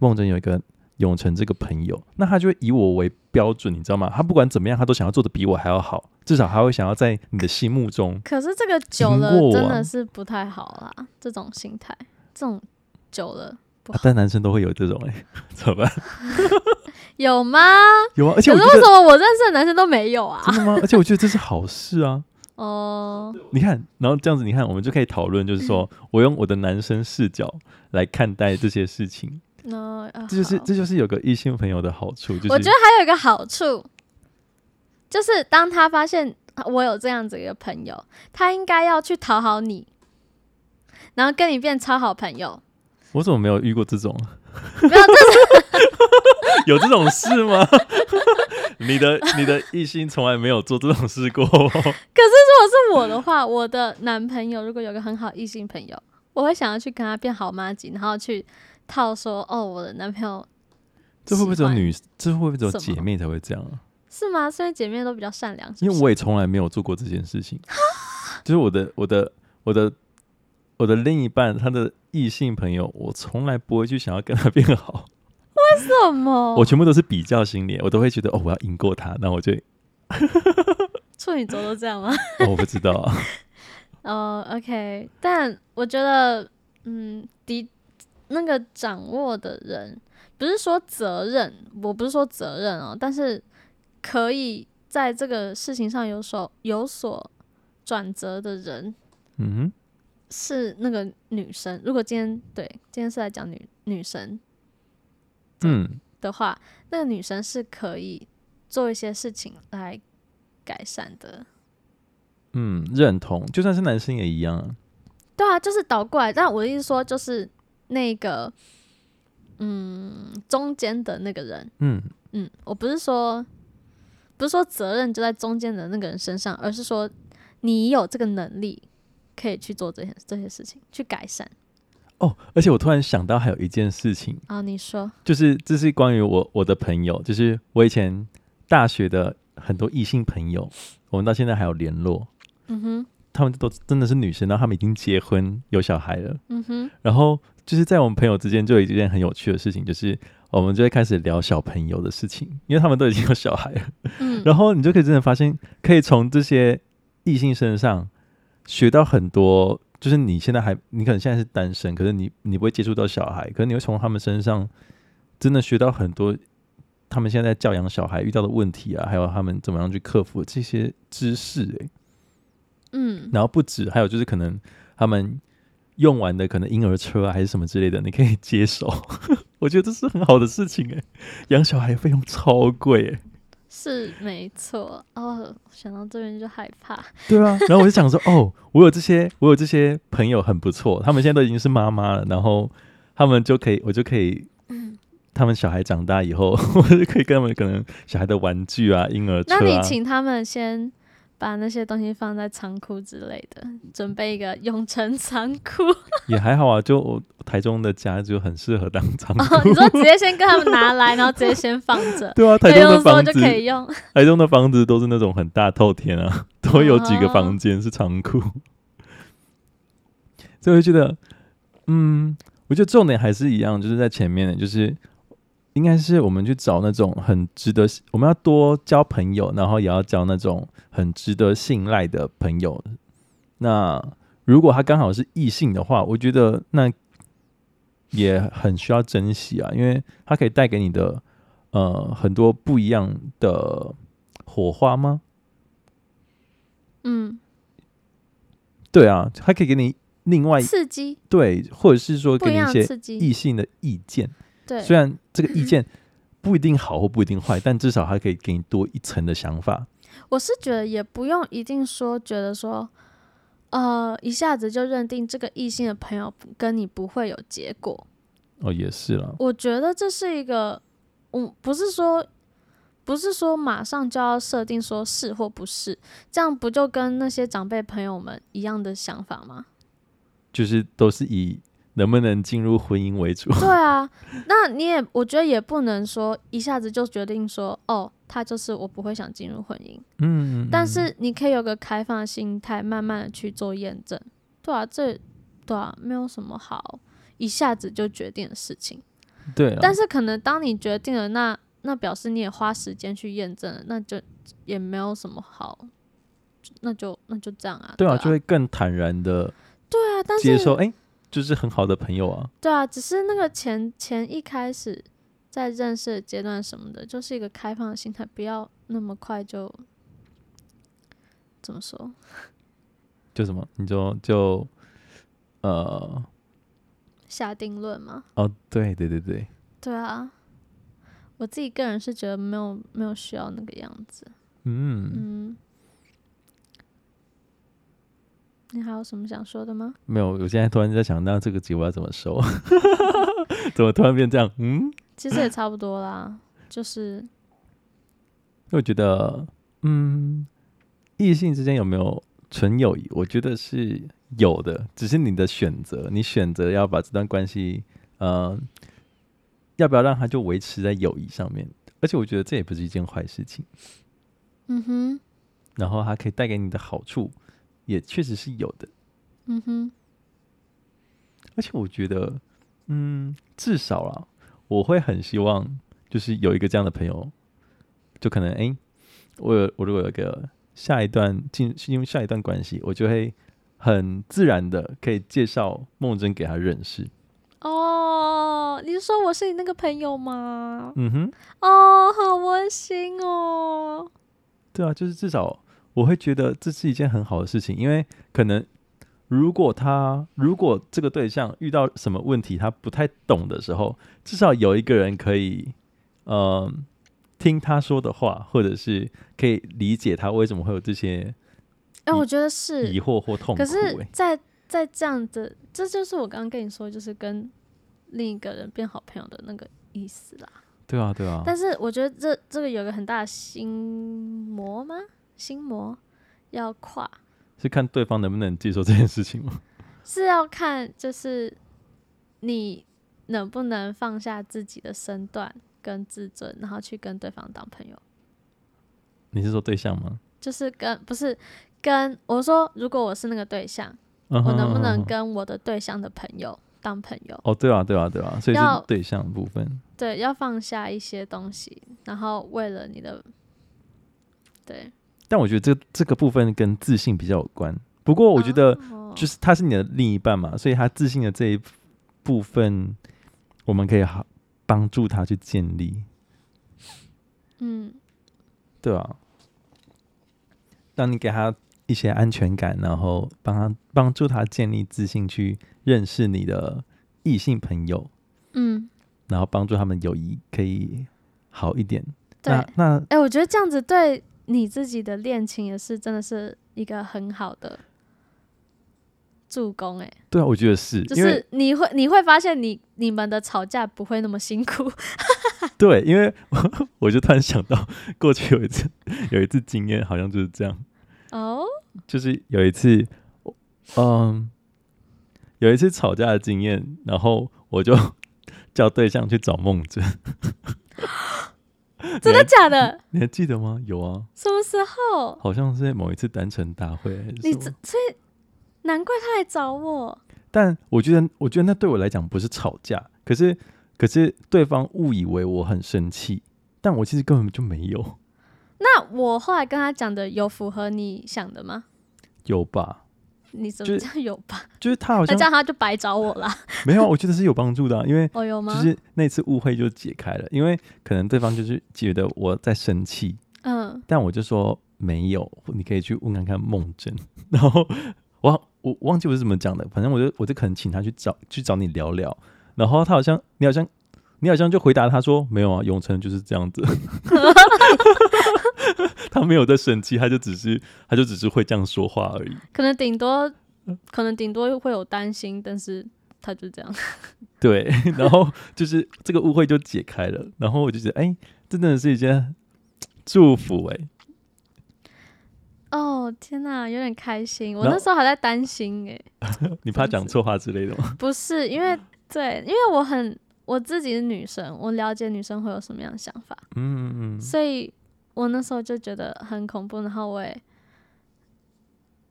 [SPEAKER 1] 梦真有一个永成这个朋友，那他就会以我为标准，你知道吗？他不管怎么样，他都想要做的比我还要好，至少他会想要在你的心目中。
[SPEAKER 2] 可是这个久了
[SPEAKER 1] 赢过我
[SPEAKER 2] 真的是不太好啦，这种心态，这种久了不
[SPEAKER 1] 啊
[SPEAKER 2] 好，
[SPEAKER 1] 但男生都会有这种哎、 怎么办？
[SPEAKER 2] 有吗？
[SPEAKER 1] 有啊，而且
[SPEAKER 2] 可
[SPEAKER 1] 我
[SPEAKER 2] 是
[SPEAKER 1] 觉
[SPEAKER 2] 为什
[SPEAKER 1] 得
[SPEAKER 2] 么我认识的男生都没有啊？
[SPEAKER 1] 真的吗？而且我觉得这是好事啊！
[SPEAKER 2] 哦，
[SPEAKER 1] 你看，然后这样子，你看，我们就可以讨论，就是说
[SPEAKER 2] 嗯
[SPEAKER 1] 我用我的男生视角来看待这些事情，
[SPEAKER 2] 那啊
[SPEAKER 1] 这就是
[SPEAKER 2] 好
[SPEAKER 1] 这就是有个异性朋友的好处，就是
[SPEAKER 2] 我觉得还有一个好处，就是当他发现啊我有这样子一个朋友，他应该要去讨好你，然后跟你变超好朋友。
[SPEAKER 1] 我怎么没有遇过这种？
[SPEAKER 2] 没有，这
[SPEAKER 1] 有这种事吗？你的你的异性从来没有做这种事过，
[SPEAKER 2] 如果是我的话，我的男朋友如果有个很好异性朋友，我会想要去跟他变好妈吉，然后去套说哦，我的男朋友
[SPEAKER 1] 这会不会只有
[SPEAKER 2] 喜欢
[SPEAKER 1] 女？这会不会只有
[SPEAKER 2] 什么
[SPEAKER 1] 姐妹才会这样啊？
[SPEAKER 2] 是吗？所以姐妹都比较善良，是
[SPEAKER 1] 因
[SPEAKER 2] 不
[SPEAKER 1] 为
[SPEAKER 2] 是
[SPEAKER 1] 我也从来没有做过这件事情，就是我的我的我的我的另一半，他的异性朋友，我从来不会去想要跟他变好，
[SPEAKER 2] 为什么？
[SPEAKER 1] 我全部都是比较心理，我都会觉得哦，我要赢过他，那我就
[SPEAKER 2] 处女座都这样吗？
[SPEAKER 1] 哦我不知道啊，
[SPEAKER 2] 哦、o k 但我觉得，嗯，的那个掌握的人，不是说责任，我不是说责任哦，但是可以在这个事情上有所有所转折的人
[SPEAKER 1] 嗯
[SPEAKER 2] 是那个女生。如果今天对今天是来讲女女生
[SPEAKER 1] 哼嗯，
[SPEAKER 2] 的话，那个女生是可以做一些事情来改善的。
[SPEAKER 1] 嗯，认同，就算是男生也一样啊。
[SPEAKER 2] 对啊，就是倒过来。但我的意思说，就是那个，嗯，中间的那个人，
[SPEAKER 1] 嗯，
[SPEAKER 2] 嗯，我不是说，不是说责任就在中间的那个人身上，而是说你有这个能力，可以去做这些这些事情，去改善。
[SPEAKER 1] 哦，而且我突然想到还有一件事情，
[SPEAKER 2] 啊，你说，
[SPEAKER 1] 就是这是关于我我的朋友，就是我以前大学的很多异性朋友，我们到现在还有联络。
[SPEAKER 2] 嗯哼，
[SPEAKER 1] 他们都真的是女生，然后他们已经结婚有小孩了。
[SPEAKER 2] 嗯哼，
[SPEAKER 1] 然后就是在我们朋友之间就有一件很有趣的事情，就是我们就会开始聊小朋友的事情，因为他们都已经有小孩了。
[SPEAKER 2] 嗯，
[SPEAKER 1] 然后你就可以真的发现，可以从这些异性身上学到很多。就是你现在还，你可能现在是单身，可是你你不会接触到小孩，可是你会从他们身上真的学到很多，他们现在在教养小孩遇到的问题啊，还有他们怎么样去克服这些知识、欸。
[SPEAKER 2] 嗯，
[SPEAKER 1] 然后不止，还有就是可能他们用完的可能婴儿车啊，还是什么之类的，你可以接手。 我觉得这是很好的事情哎、养小孩费用超贵哎、
[SPEAKER 2] 是没错。哦，想到这边就害怕。
[SPEAKER 1] 对啊，然后我就想说，哦，我有这些，我有这些朋友很不错，他们现在都已经是妈妈了，然后他们就可以，我就可以，
[SPEAKER 2] 嗯
[SPEAKER 1] 他们小孩长大以后，我就可以跟他们可能小孩的玩具啊、婴儿车
[SPEAKER 2] 那你
[SPEAKER 1] 啊，
[SPEAKER 2] 请他们先把那些东西放在仓库之类的，准备一个永城仓库。
[SPEAKER 1] 也还好啊。就我台中的家就很适合当仓库，，
[SPEAKER 2] 哦，你说直接先跟他们拿来，然后直接先放着
[SPEAKER 1] 对啊，台
[SPEAKER 2] 要
[SPEAKER 1] 中
[SPEAKER 2] 用
[SPEAKER 1] 的
[SPEAKER 2] 的时候
[SPEAKER 1] 房
[SPEAKER 2] 就
[SPEAKER 1] 子，
[SPEAKER 2] 可以用。
[SPEAKER 1] 台中的房子都是那种很大透天啊，都有几个房间是仓库，所以我就觉得，嗯，我觉得重点还是一样，就是在前面的，就是应该是我们去找那种很值得，我们要多交朋友，然后也要交那种很值得信赖的朋友。那如果他刚好是异性的话，我觉得那也很需要珍惜啊，因为他可以带给你的呃很多不一样的火花吗？
[SPEAKER 2] 嗯，
[SPEAKER 1] 对啊，他可以给你另外
[SPEAKER 2] 刺激，
[SPEAKER 1] 对，或者是说
[SPEAKER 2] 不
[SPEAKER 1] 给
[SPEAKER 2] 一
[SPEAKER 1] 你一
[SPEAKER 2] 样
[SPEAKER 1] 些
[SPEAKER 2] 刺激。
[SPEAKER 1] 异性的意见。
[SPEAKER 2] 对，
[SPEAKER 1] 虽然这个意见不一定好或不一定坏，但至少它可以给你多一层的想法。
[SPEAKER 2] 我是觉得也不用一定说觉得说，呃，一下子就认定这个异性的朋友不跟你不会有结果。
[SPEAKER 1] 哦，也是啦，
[SPEAKER 2] 我觉得这是一个，我不是说，不是说马上就要设定说是或不是，这样不就跟那些长辈朋友们一样的想法吗？
[SPEAKER 1] 就是都是以能不能进入婚姻为主。
[SPEAKER 2] 对啊，那你也，我觉得也不能说一下子就决定说，哦，他就是我不会想进入婚姻，
[SPEAKER 1] 嗯，
[SPEAKER 2] 但是你可以有个开放的心态，慢慢的去做验证。对啊，这对啊，没有什么好一下子就决定的事情。
[SPEAKER 1] 对啊，
[SPEAKER 2] 但是可能当你决定了，那那表示你也花时间去验证了，那就也没有什么好，那就那就这样啊。
[SPEAKER 1] 对啊，就
[SPEAKER 2] 对啊，
[SPEAKER 1] 会更坦然的
[SPEAKER 2] 对啊但
[SPEAKER 1] 接
[SPEAKER 2] 是
[SPEAKER 1] 受，哎、就是很好的朋友啊。
[SPEAKER 2] 对啊，只是那个前前一开始在认识的阶段什么的，就是一个开放的心态，不要那么快就怎么说？
[SPEAKER 1] 就什么，你就就呃，
[SPEAKER 2] 下定论吗？
[SPEAKER 1] 哦，对对对对，
[SPEAKER 2] 对啊，我自己个人是觉得没有没有需要那个样子。
[SPEAKER 1] 嗯，
[SPEAKER 2] 嗯，你还有什么想说的吗？
[SPEAKER 1] 没有，我现在突然在想，那这个节我要怎么收？ 怎么突然变这样？嗯，
[SPEAKER 2] 其实也差不多啦，就是
[SPEAKER 1] 因为我觉得，嗯，异性之间有没有纯友谊？我觉得是有的，只是你的选择，你选择要把这段关系，呃，要不要让它就维持在友谊上面？而且我觉得这也不是一件坏事情，
[SPEAKER 2] 嗯哼，
[SPEAKER 1] 然后它可以带给你的好处也确实是有的。
[SPEAKER 2] 嗯哼，
[SPEAKER 1] 而且我觉得，嗯，至少啦，我会很希望就是有一个这样的朋友，就可能诶，我有我如果有一个下一段进进入下一段关系，我就会很自然的可以介绍梦真给他认识。
[SPEAKER 2] 哦，你是说我是你那个朋友吗？
[SPEAKER 1] 嗯哼，
[SPEAKER 2] 哦，好温馨哦。
[SPEAKER 1] 对啊，就是至少我会觉得这是一件很好的事情，因为可能如果他如果这个对象遇到什么问题他不太懂的时候，至少有一个人可以，嗯、听他说的话，或者是可以理解他为什么会有这些
[SPEAKER 2] 哎、
[SPEAKER 1] 疑
[SPEAKER 2] 我觉得是
[SPEAKER 1] 疑，惑或痛苦、
[SPEAKER 2] 可
[SPEAKER 1] 欸。
[SPEAKER 2] 是在，在这样的，这就是我刚刚跟你说，就是跟另一个人变好朋友的那个意思啦。
[SPEAKER 1] 对啊，对啊，
[SPEAKER 2] 但是我觉得这这个有个很大的心魔吗？心魔要跨，
[SPEAKER 1] 是看对方能不能接受这件事情吗？
[SPEAKER 2] 是要看就是你能不能放下自己的身段跟自尊，然后去跟对方当朋友。
[SPEAKER 1] 你是说对象吗？
[SPEAKER 2] 就是跟不是跟我说，如果我是那个对象，
[SPEAKER 1] 嗯
[SPEAKER 2] 我
[SPEAKER 1] 哼
[SPEAKER 2] 能不
[SPEAKER 1] 嗯
[SPEAKER 2] 能
[SPEAKER 1] 哼
[SPEAKER 2] 跟我的对象的朋友当朋友？
[SPEAKER 1] 哦，对啊，对啊，对啊，所以是
[SPEAKER 2] 要
[SPEAKER 1] 对象的部分。
[SPEAKER 2] 对，要放下一些东西，然后为了你的，对，
[SPEAKER 1] 但我觉得这这个部分跟自信比较有关。不过我觉得
[SPEAKER 2] 哦
[SPEAKER 1] 就是他是你的另一半嘛，所以他自信的这一部分，我们可以好帮助他去建立，
[SPEAKER 2] 嗯，
[SPEAKER 1] 对啊，让你给他一些安全感，然后帮他帮助他建立自信，去认识你的异性朋友，
[SPEAKER 2] 嗯，
[SPEAKER 1] 然后帮助他们友谊可以好一点。
[SPEAKER 2] 对，
[SPEAKER 1] 那
[SPEAKER 2] 哎、
[SPEAKER 1] 那
[SPEAKER 2] 我觉得这样子对你自己的恋情也是真的是一个很好的助攻、哎，
[SPEAKER 1] 对啊，我觉得是，
[SPEAKER 2] 就
[SPEAKER 1] 因为
[SPEAKER 2] 是你会你会发现你你们的吵架不会那么辛苦，
[SPEAKER 1] 对，因为 我我就突然想到，过去有一次有一次经验，好像就是这样，
[SPEAKER 2] 哦，
[SPEAKER 1] 就是有一次，嗯，有一次吵架的经验，然后我就 叫对象去找梦真，
[SPEAKER 2] 真的假的？
[SPEAKER 1] 你还记得吗？有啊，
[SPEAKER 2] 什么时候？
[SPEAKER 1] 好像是某一次单程大会还是
[SPEAKER 2] 你
[SPEAKER 1] 什
[SPEAKER 2] 这
[SPEAKER 1] 么，
[SPEAKER 2] 所以难怪他来找我，
[SPEAKER 1] 但我觉得我觉得那对我来讲不是吵架，可是可是对方误以为我很生气，但我其实根本就没有，
[SPEAKER 2] 那我后来跟他讲的有符合你想的吗？
[SPEAKER 1] 有吧？
[SPEAKER 2] 你怎
[SPEAKER 1] 就
[SPEAKER 2] 么
[SPEAKER 1] 是
[SPEAKER 2] 这样有吧？
[SPEAKER 1] 就是他好
[SPEAKER 2] 那
[SPEAKER 1] 像
[SPEAKER 2] 这样他就白找我 啦。
[SPEAKER 1] 没有啊，我觉得是有帮助的啊、因为。
[SPEAKER 2] 哦，有吗？
[SPEAKER 1] 就是那次误会就解开了，因为可能对方就是觉得我在生气，
[SPEAKER 2] 嗯，
[SPEAKER 1] 但我就说没有，你可以去问看看梦真。 然后我我忘记我是怎么讲的，反正我就我就可能请他去找去找你聊聊，然后他好像你好像你好像就回答他说没有啊，永成就是这样子， 他没有在生气，他就只是他就只是会这样说话而已。
[SPEAKER 2] 可能顶多，可能顶多会有担心，但是他就这样。
[SPEAKER 1] 对， 然后就是这个误会就解开了，然后我就觉得，哎、这真的是一件祝福哎、
[SPEAKER 2] 哦，天哪、有点开心。我
[SPEAKER 1] 然后
[SPEAKER 2] 那时候还在担心诶、
[SPEAKER 1] 你怕讲错话之类的吗？
[SPEAKER 2] 不是因为对，因为我很我自己是女生，我了解女生会有什么样的想法，
[SPEAKER 1] 嗯嗯嗯，
[SPEAKER 2] 所以我那时候就觉得很恐怖，然后我也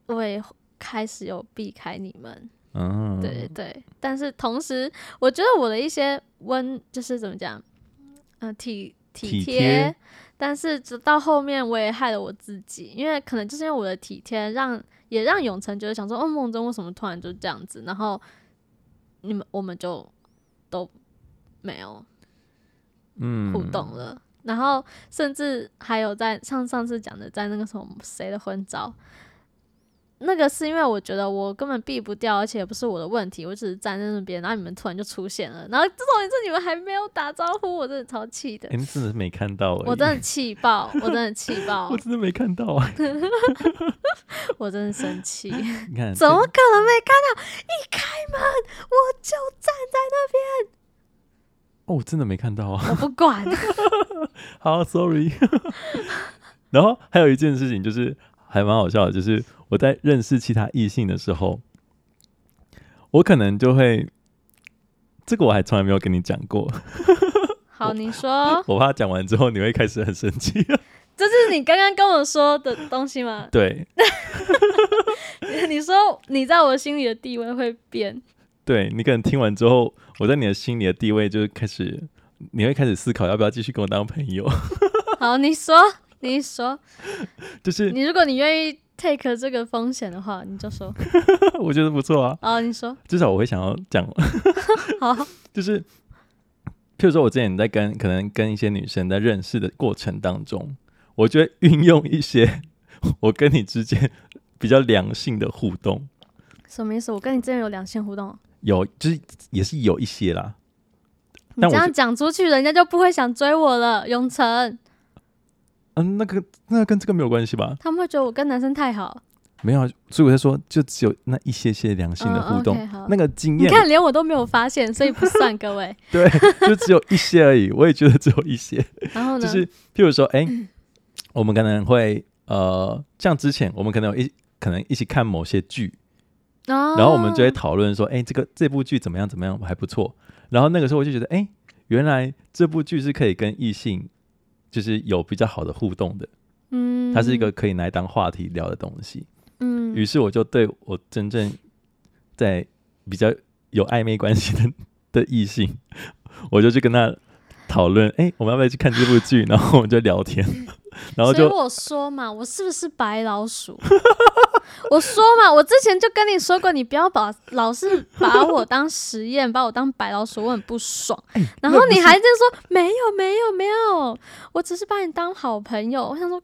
[SPEAKER 2] 我也开始有避开你们。
[SPEAKER 1] 嗯，
[SPEAKER 2] 对对，但是同时，我觉得我的一些温就是怎么讲，嗯、体体
[SPEAKER 1] 体
[SPEAKER 2] 贴，
[SPEAKER 1] 贴
[SPEAKER 2] 但是直到后面我也害了我自己，因为可能就是因为我的体贴，让也让永成觉得想说，哦，梦中为什么突然就这样子，然后你们我们就都没有
[SPEAKER 1] 嗯
[SPEAKER 2] 互动了。然后甚至还有在上上次讲的，在那个什么谁的婚照，那个是因为我觉得我根本避不掉，而且也不是我的问题，我只是站在那边，然后你们突然就出现了，然后这种也是你们还没有打招呼，我真的超气的
[SPEAKER 1] 哎、，你真的是没看到哎、
[SPEAKER 2] 我真的气爆，我真的气爆
[SPEAKER 1] 我，真的没看到啊！
[SPEAKER 2] 我真的生气，
[SPEAKER 1] 你看，
[SPEAKER 2] 怎么可能没看到？一开门我就站在那边，
[SPEAKER 1] 哦，我真的没看到啊！
[SPEAKER 2] 我不管，
[SPEAKER 1] 好，sorry。然后还有一件事情就是还蛮好笑的，就是我在认识其他异性的时候，我可能就会，这个我还从来没有跟你讲过，
[SPEAKER 2] 好，你说，
[SPEAKER 1] 我怕讲完之后你会开始很生气。啊
[SPEAKER 2] 这是你刚刚跟我说的东西吗？
[SPEAKER 1] 对，
[SPEAKER 2] 你说你在我心里的地位会变，
[SPEAKER 1] 对你可能听完之后，我在你的心里的地位就是开始，你会开始思考要不要继续跟我当朋友，
[SPEAKER 2] 好，你说，你说，
[SPEAKER 1] 就是
[SPEAKER 2] 你如果你愿意 take 这个风险的话，你就说，
[SPEAKER 1] 我觉得不错啊，
[SPEAKER 2] 哦，你说，
[SPEAKER 1] 至少我会想要讲，
[SPEAKER 2] 好，
[SPEAKER 1] 就是譬如说我之前在跟可能跟一些女生在认识的过程当中，我就会运用一些我跟你之间比较良性的互动，
[SPEAKER 2] 什么意思？我跟你之间有两性互动，
[SPEAKER 1] 有就是也是有一些啦，
[SPEAKER 2] 你
[SPEAKER 1] 但
[SPEAKER 2] 这
[SPEAKER 1] 我
[SPEAKER 2] 样
[SPEAKER 1] 是
[SPEAKER 2] 讲出去，人家就不会想追我了。永成，
[SPEAKER 1] 嗯，那个那个跟这个没有关系吧？
[SPEAKER 2] 他们会觉得我跟男生太好。
[SPEAKER 1] 没有啊，所以我在说，就只有那一些些良性的
[SPEAKER 2] 嗯
[SPEAKER 1] 互动，
[SPEAKER 2] OK，好
[SPEAKER 1] 那个经
[SPEAKER 2] 你
[SPEAKER 1] 验。
[SPEAKER 2] 看，连我都没有发现，所以 不算各位。
[SPEAKER 1] 对，就只有一些而已。我也觉得只有一些，
[SPEAKER 2] 然后呢？嗯
[SPEAKER 1] 就是譬如说，哎、我们可能会呃，像之前我们可能有一可能一起看某些剧，
[SPEAKER 2] 然
[SPEAKER 1] 然后我们就
[SPEAKER 2] 哦
[SPEAKER 1] 会讨论说，哎、这个这部剧怎么样怎么样，还不错。然后那个时候我就觉得，哎、原来这部剧是可以跟异性就是有比较好的互动的，
[SPEAKER 2] 嗯，
[SPEAKER 1] 它是一个可以拿来当话题聊的东西。
[SPEAKER 2] 嗯，
[SPEAKER 1] 于是我就对我真正在比较有暧昧关系的 的异性，我就去跟他讨论，哎、我们要不要去看这部剧？然后我们就聊天， 然后
[SPEAKER 2] 所
[SPEAKER 1] 就
[SPEAKER 2] 以我说嘛，我是不是白老鼠？ 我说嘛，我之前就跟你说过，你不要把老是把我当实验，把我当白老鼠，我很不爽。
[SPEAKER 1] 哎
[SPEAKER 2] 然后你还在说没有没有没有，我只是把你当好朋友。我想说，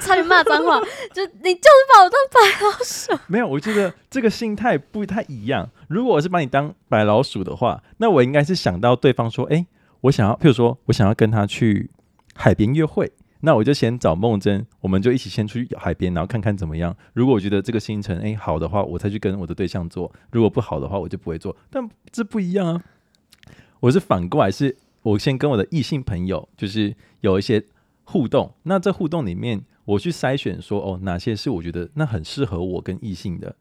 [SPEAKER 2] 差点骂脏话，就你就是把我当白老鼠。
[SPEAKER 1] 没有，我觉得这个心态不太一样。如果我是把你当白老鼠的话，那我应该是想到对方说，哎、我想要，譬如说我想要跟他去海边约会，那我就先找梦真，我们就一起先出去海边，然后看看怎么样。如果我觉得这个行程哎、诶好的话，我才去跟我的对象做；如果不好的话，我就不会做。但这不一样啊，我是反过来，是我先跟我的异性朋友，就是有一些互动。那这互动里面，我去筛选说，哦，哪些是我觉得那很适合我跟异性的。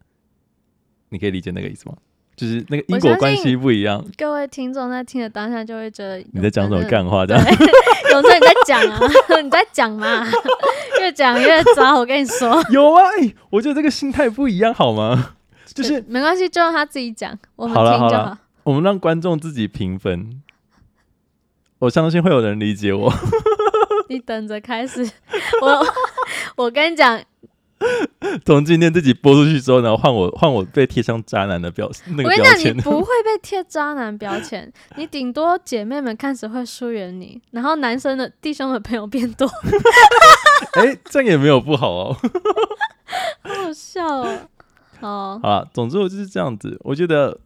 [SPEAKER 1] 你可以理解那个意思吗？就是那个因果
[SPEAKER 2] 我相信
[SPEAKER 1] 关系不一样。
[SPEAKER 2] 各位听众在听的当下就会觉得
[SPEAKER 1] 你在讲什么干话？这样
[SPEAKER 2] 对，永正你在讲啊，你在讲嘛， 越讲越糟。我跟你说，
[SPEAKER 1] 有啊、哎我觉得这个心态不一样，好 吗？就是
[SPEAKER 2] 没关系，就让他自己讲，我们
[SPEAKER 1] 好了
[SPEAKER 2] 听就
[SPEAKER 1] 好了我们让观众自己评分，我相信会有人理解我。
[SPEAKER 2] 你等着开始， 我我跟你讲，
[SPEAKER 1] 从今天自己播出去之后，然后换我换我被贴上渣男的标那个
[SPEAKER 2] 我跟你
[SPEAKER 1] 标
[SPEAKER 2] 讲，你
[SPEAKER 1] 签，
[SPEAKER 2] 不会被贴渣男标签，你顶多姐妹们看谁会疏远你，然后男生的弟兄的朋友变多，好
[SPEAKER 1] 哎、这样也没有不好哦。
[SPEAKER 2] 好笑哦。哦，
[SPEAKER 1] 好啦，总之我就是这样子，我觉得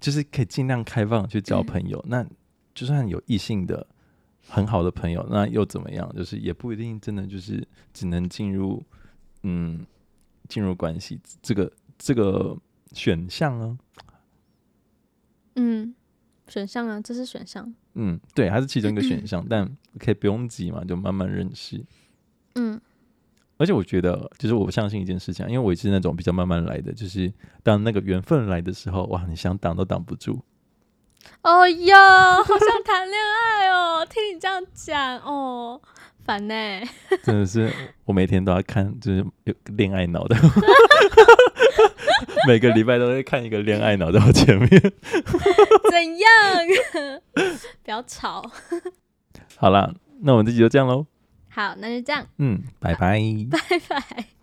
[SPEAKER 1] 就是可以尽量开放去交朋友。那就算有异性的很好的朋友，那又怎么样？就是也不一定真的就是只能进入嗯进入关系这个这个选项啊呢、
[SPEAKER 2] 嗯，选项啊，这是选项。
[SPEAKER 1] 嗯，对，它是其中一个选项，但可以不用急嘛，就慢慢认识。
[SPEAKER 2] 嗯
[SPEAKER 1] 而且我觉得，就是我相信一件事情啊，因为我也是那种比较慢慢来的，就是当那个缘分来的时候，哇，你想挡都挡不住。
[SPEAKER 2] 哦哟，好想谈恋爱哦！听你这样讲，哦，烦呢、
[SPEAKER 1] 真的是，我每天都要看，就是有恋爱脑的，每个礼拜都会看一个恋爱脑在我前面。
[SPEAKER 2] 怎样？ 不要吵。
[SPEAKER 1] 好啦，那我们这集就这样喽，
[SPEAKER 2] 好，那就这样，
[SPEAKER 1] 嗯，拜拜。
[SPEAKER 2] 拜拜。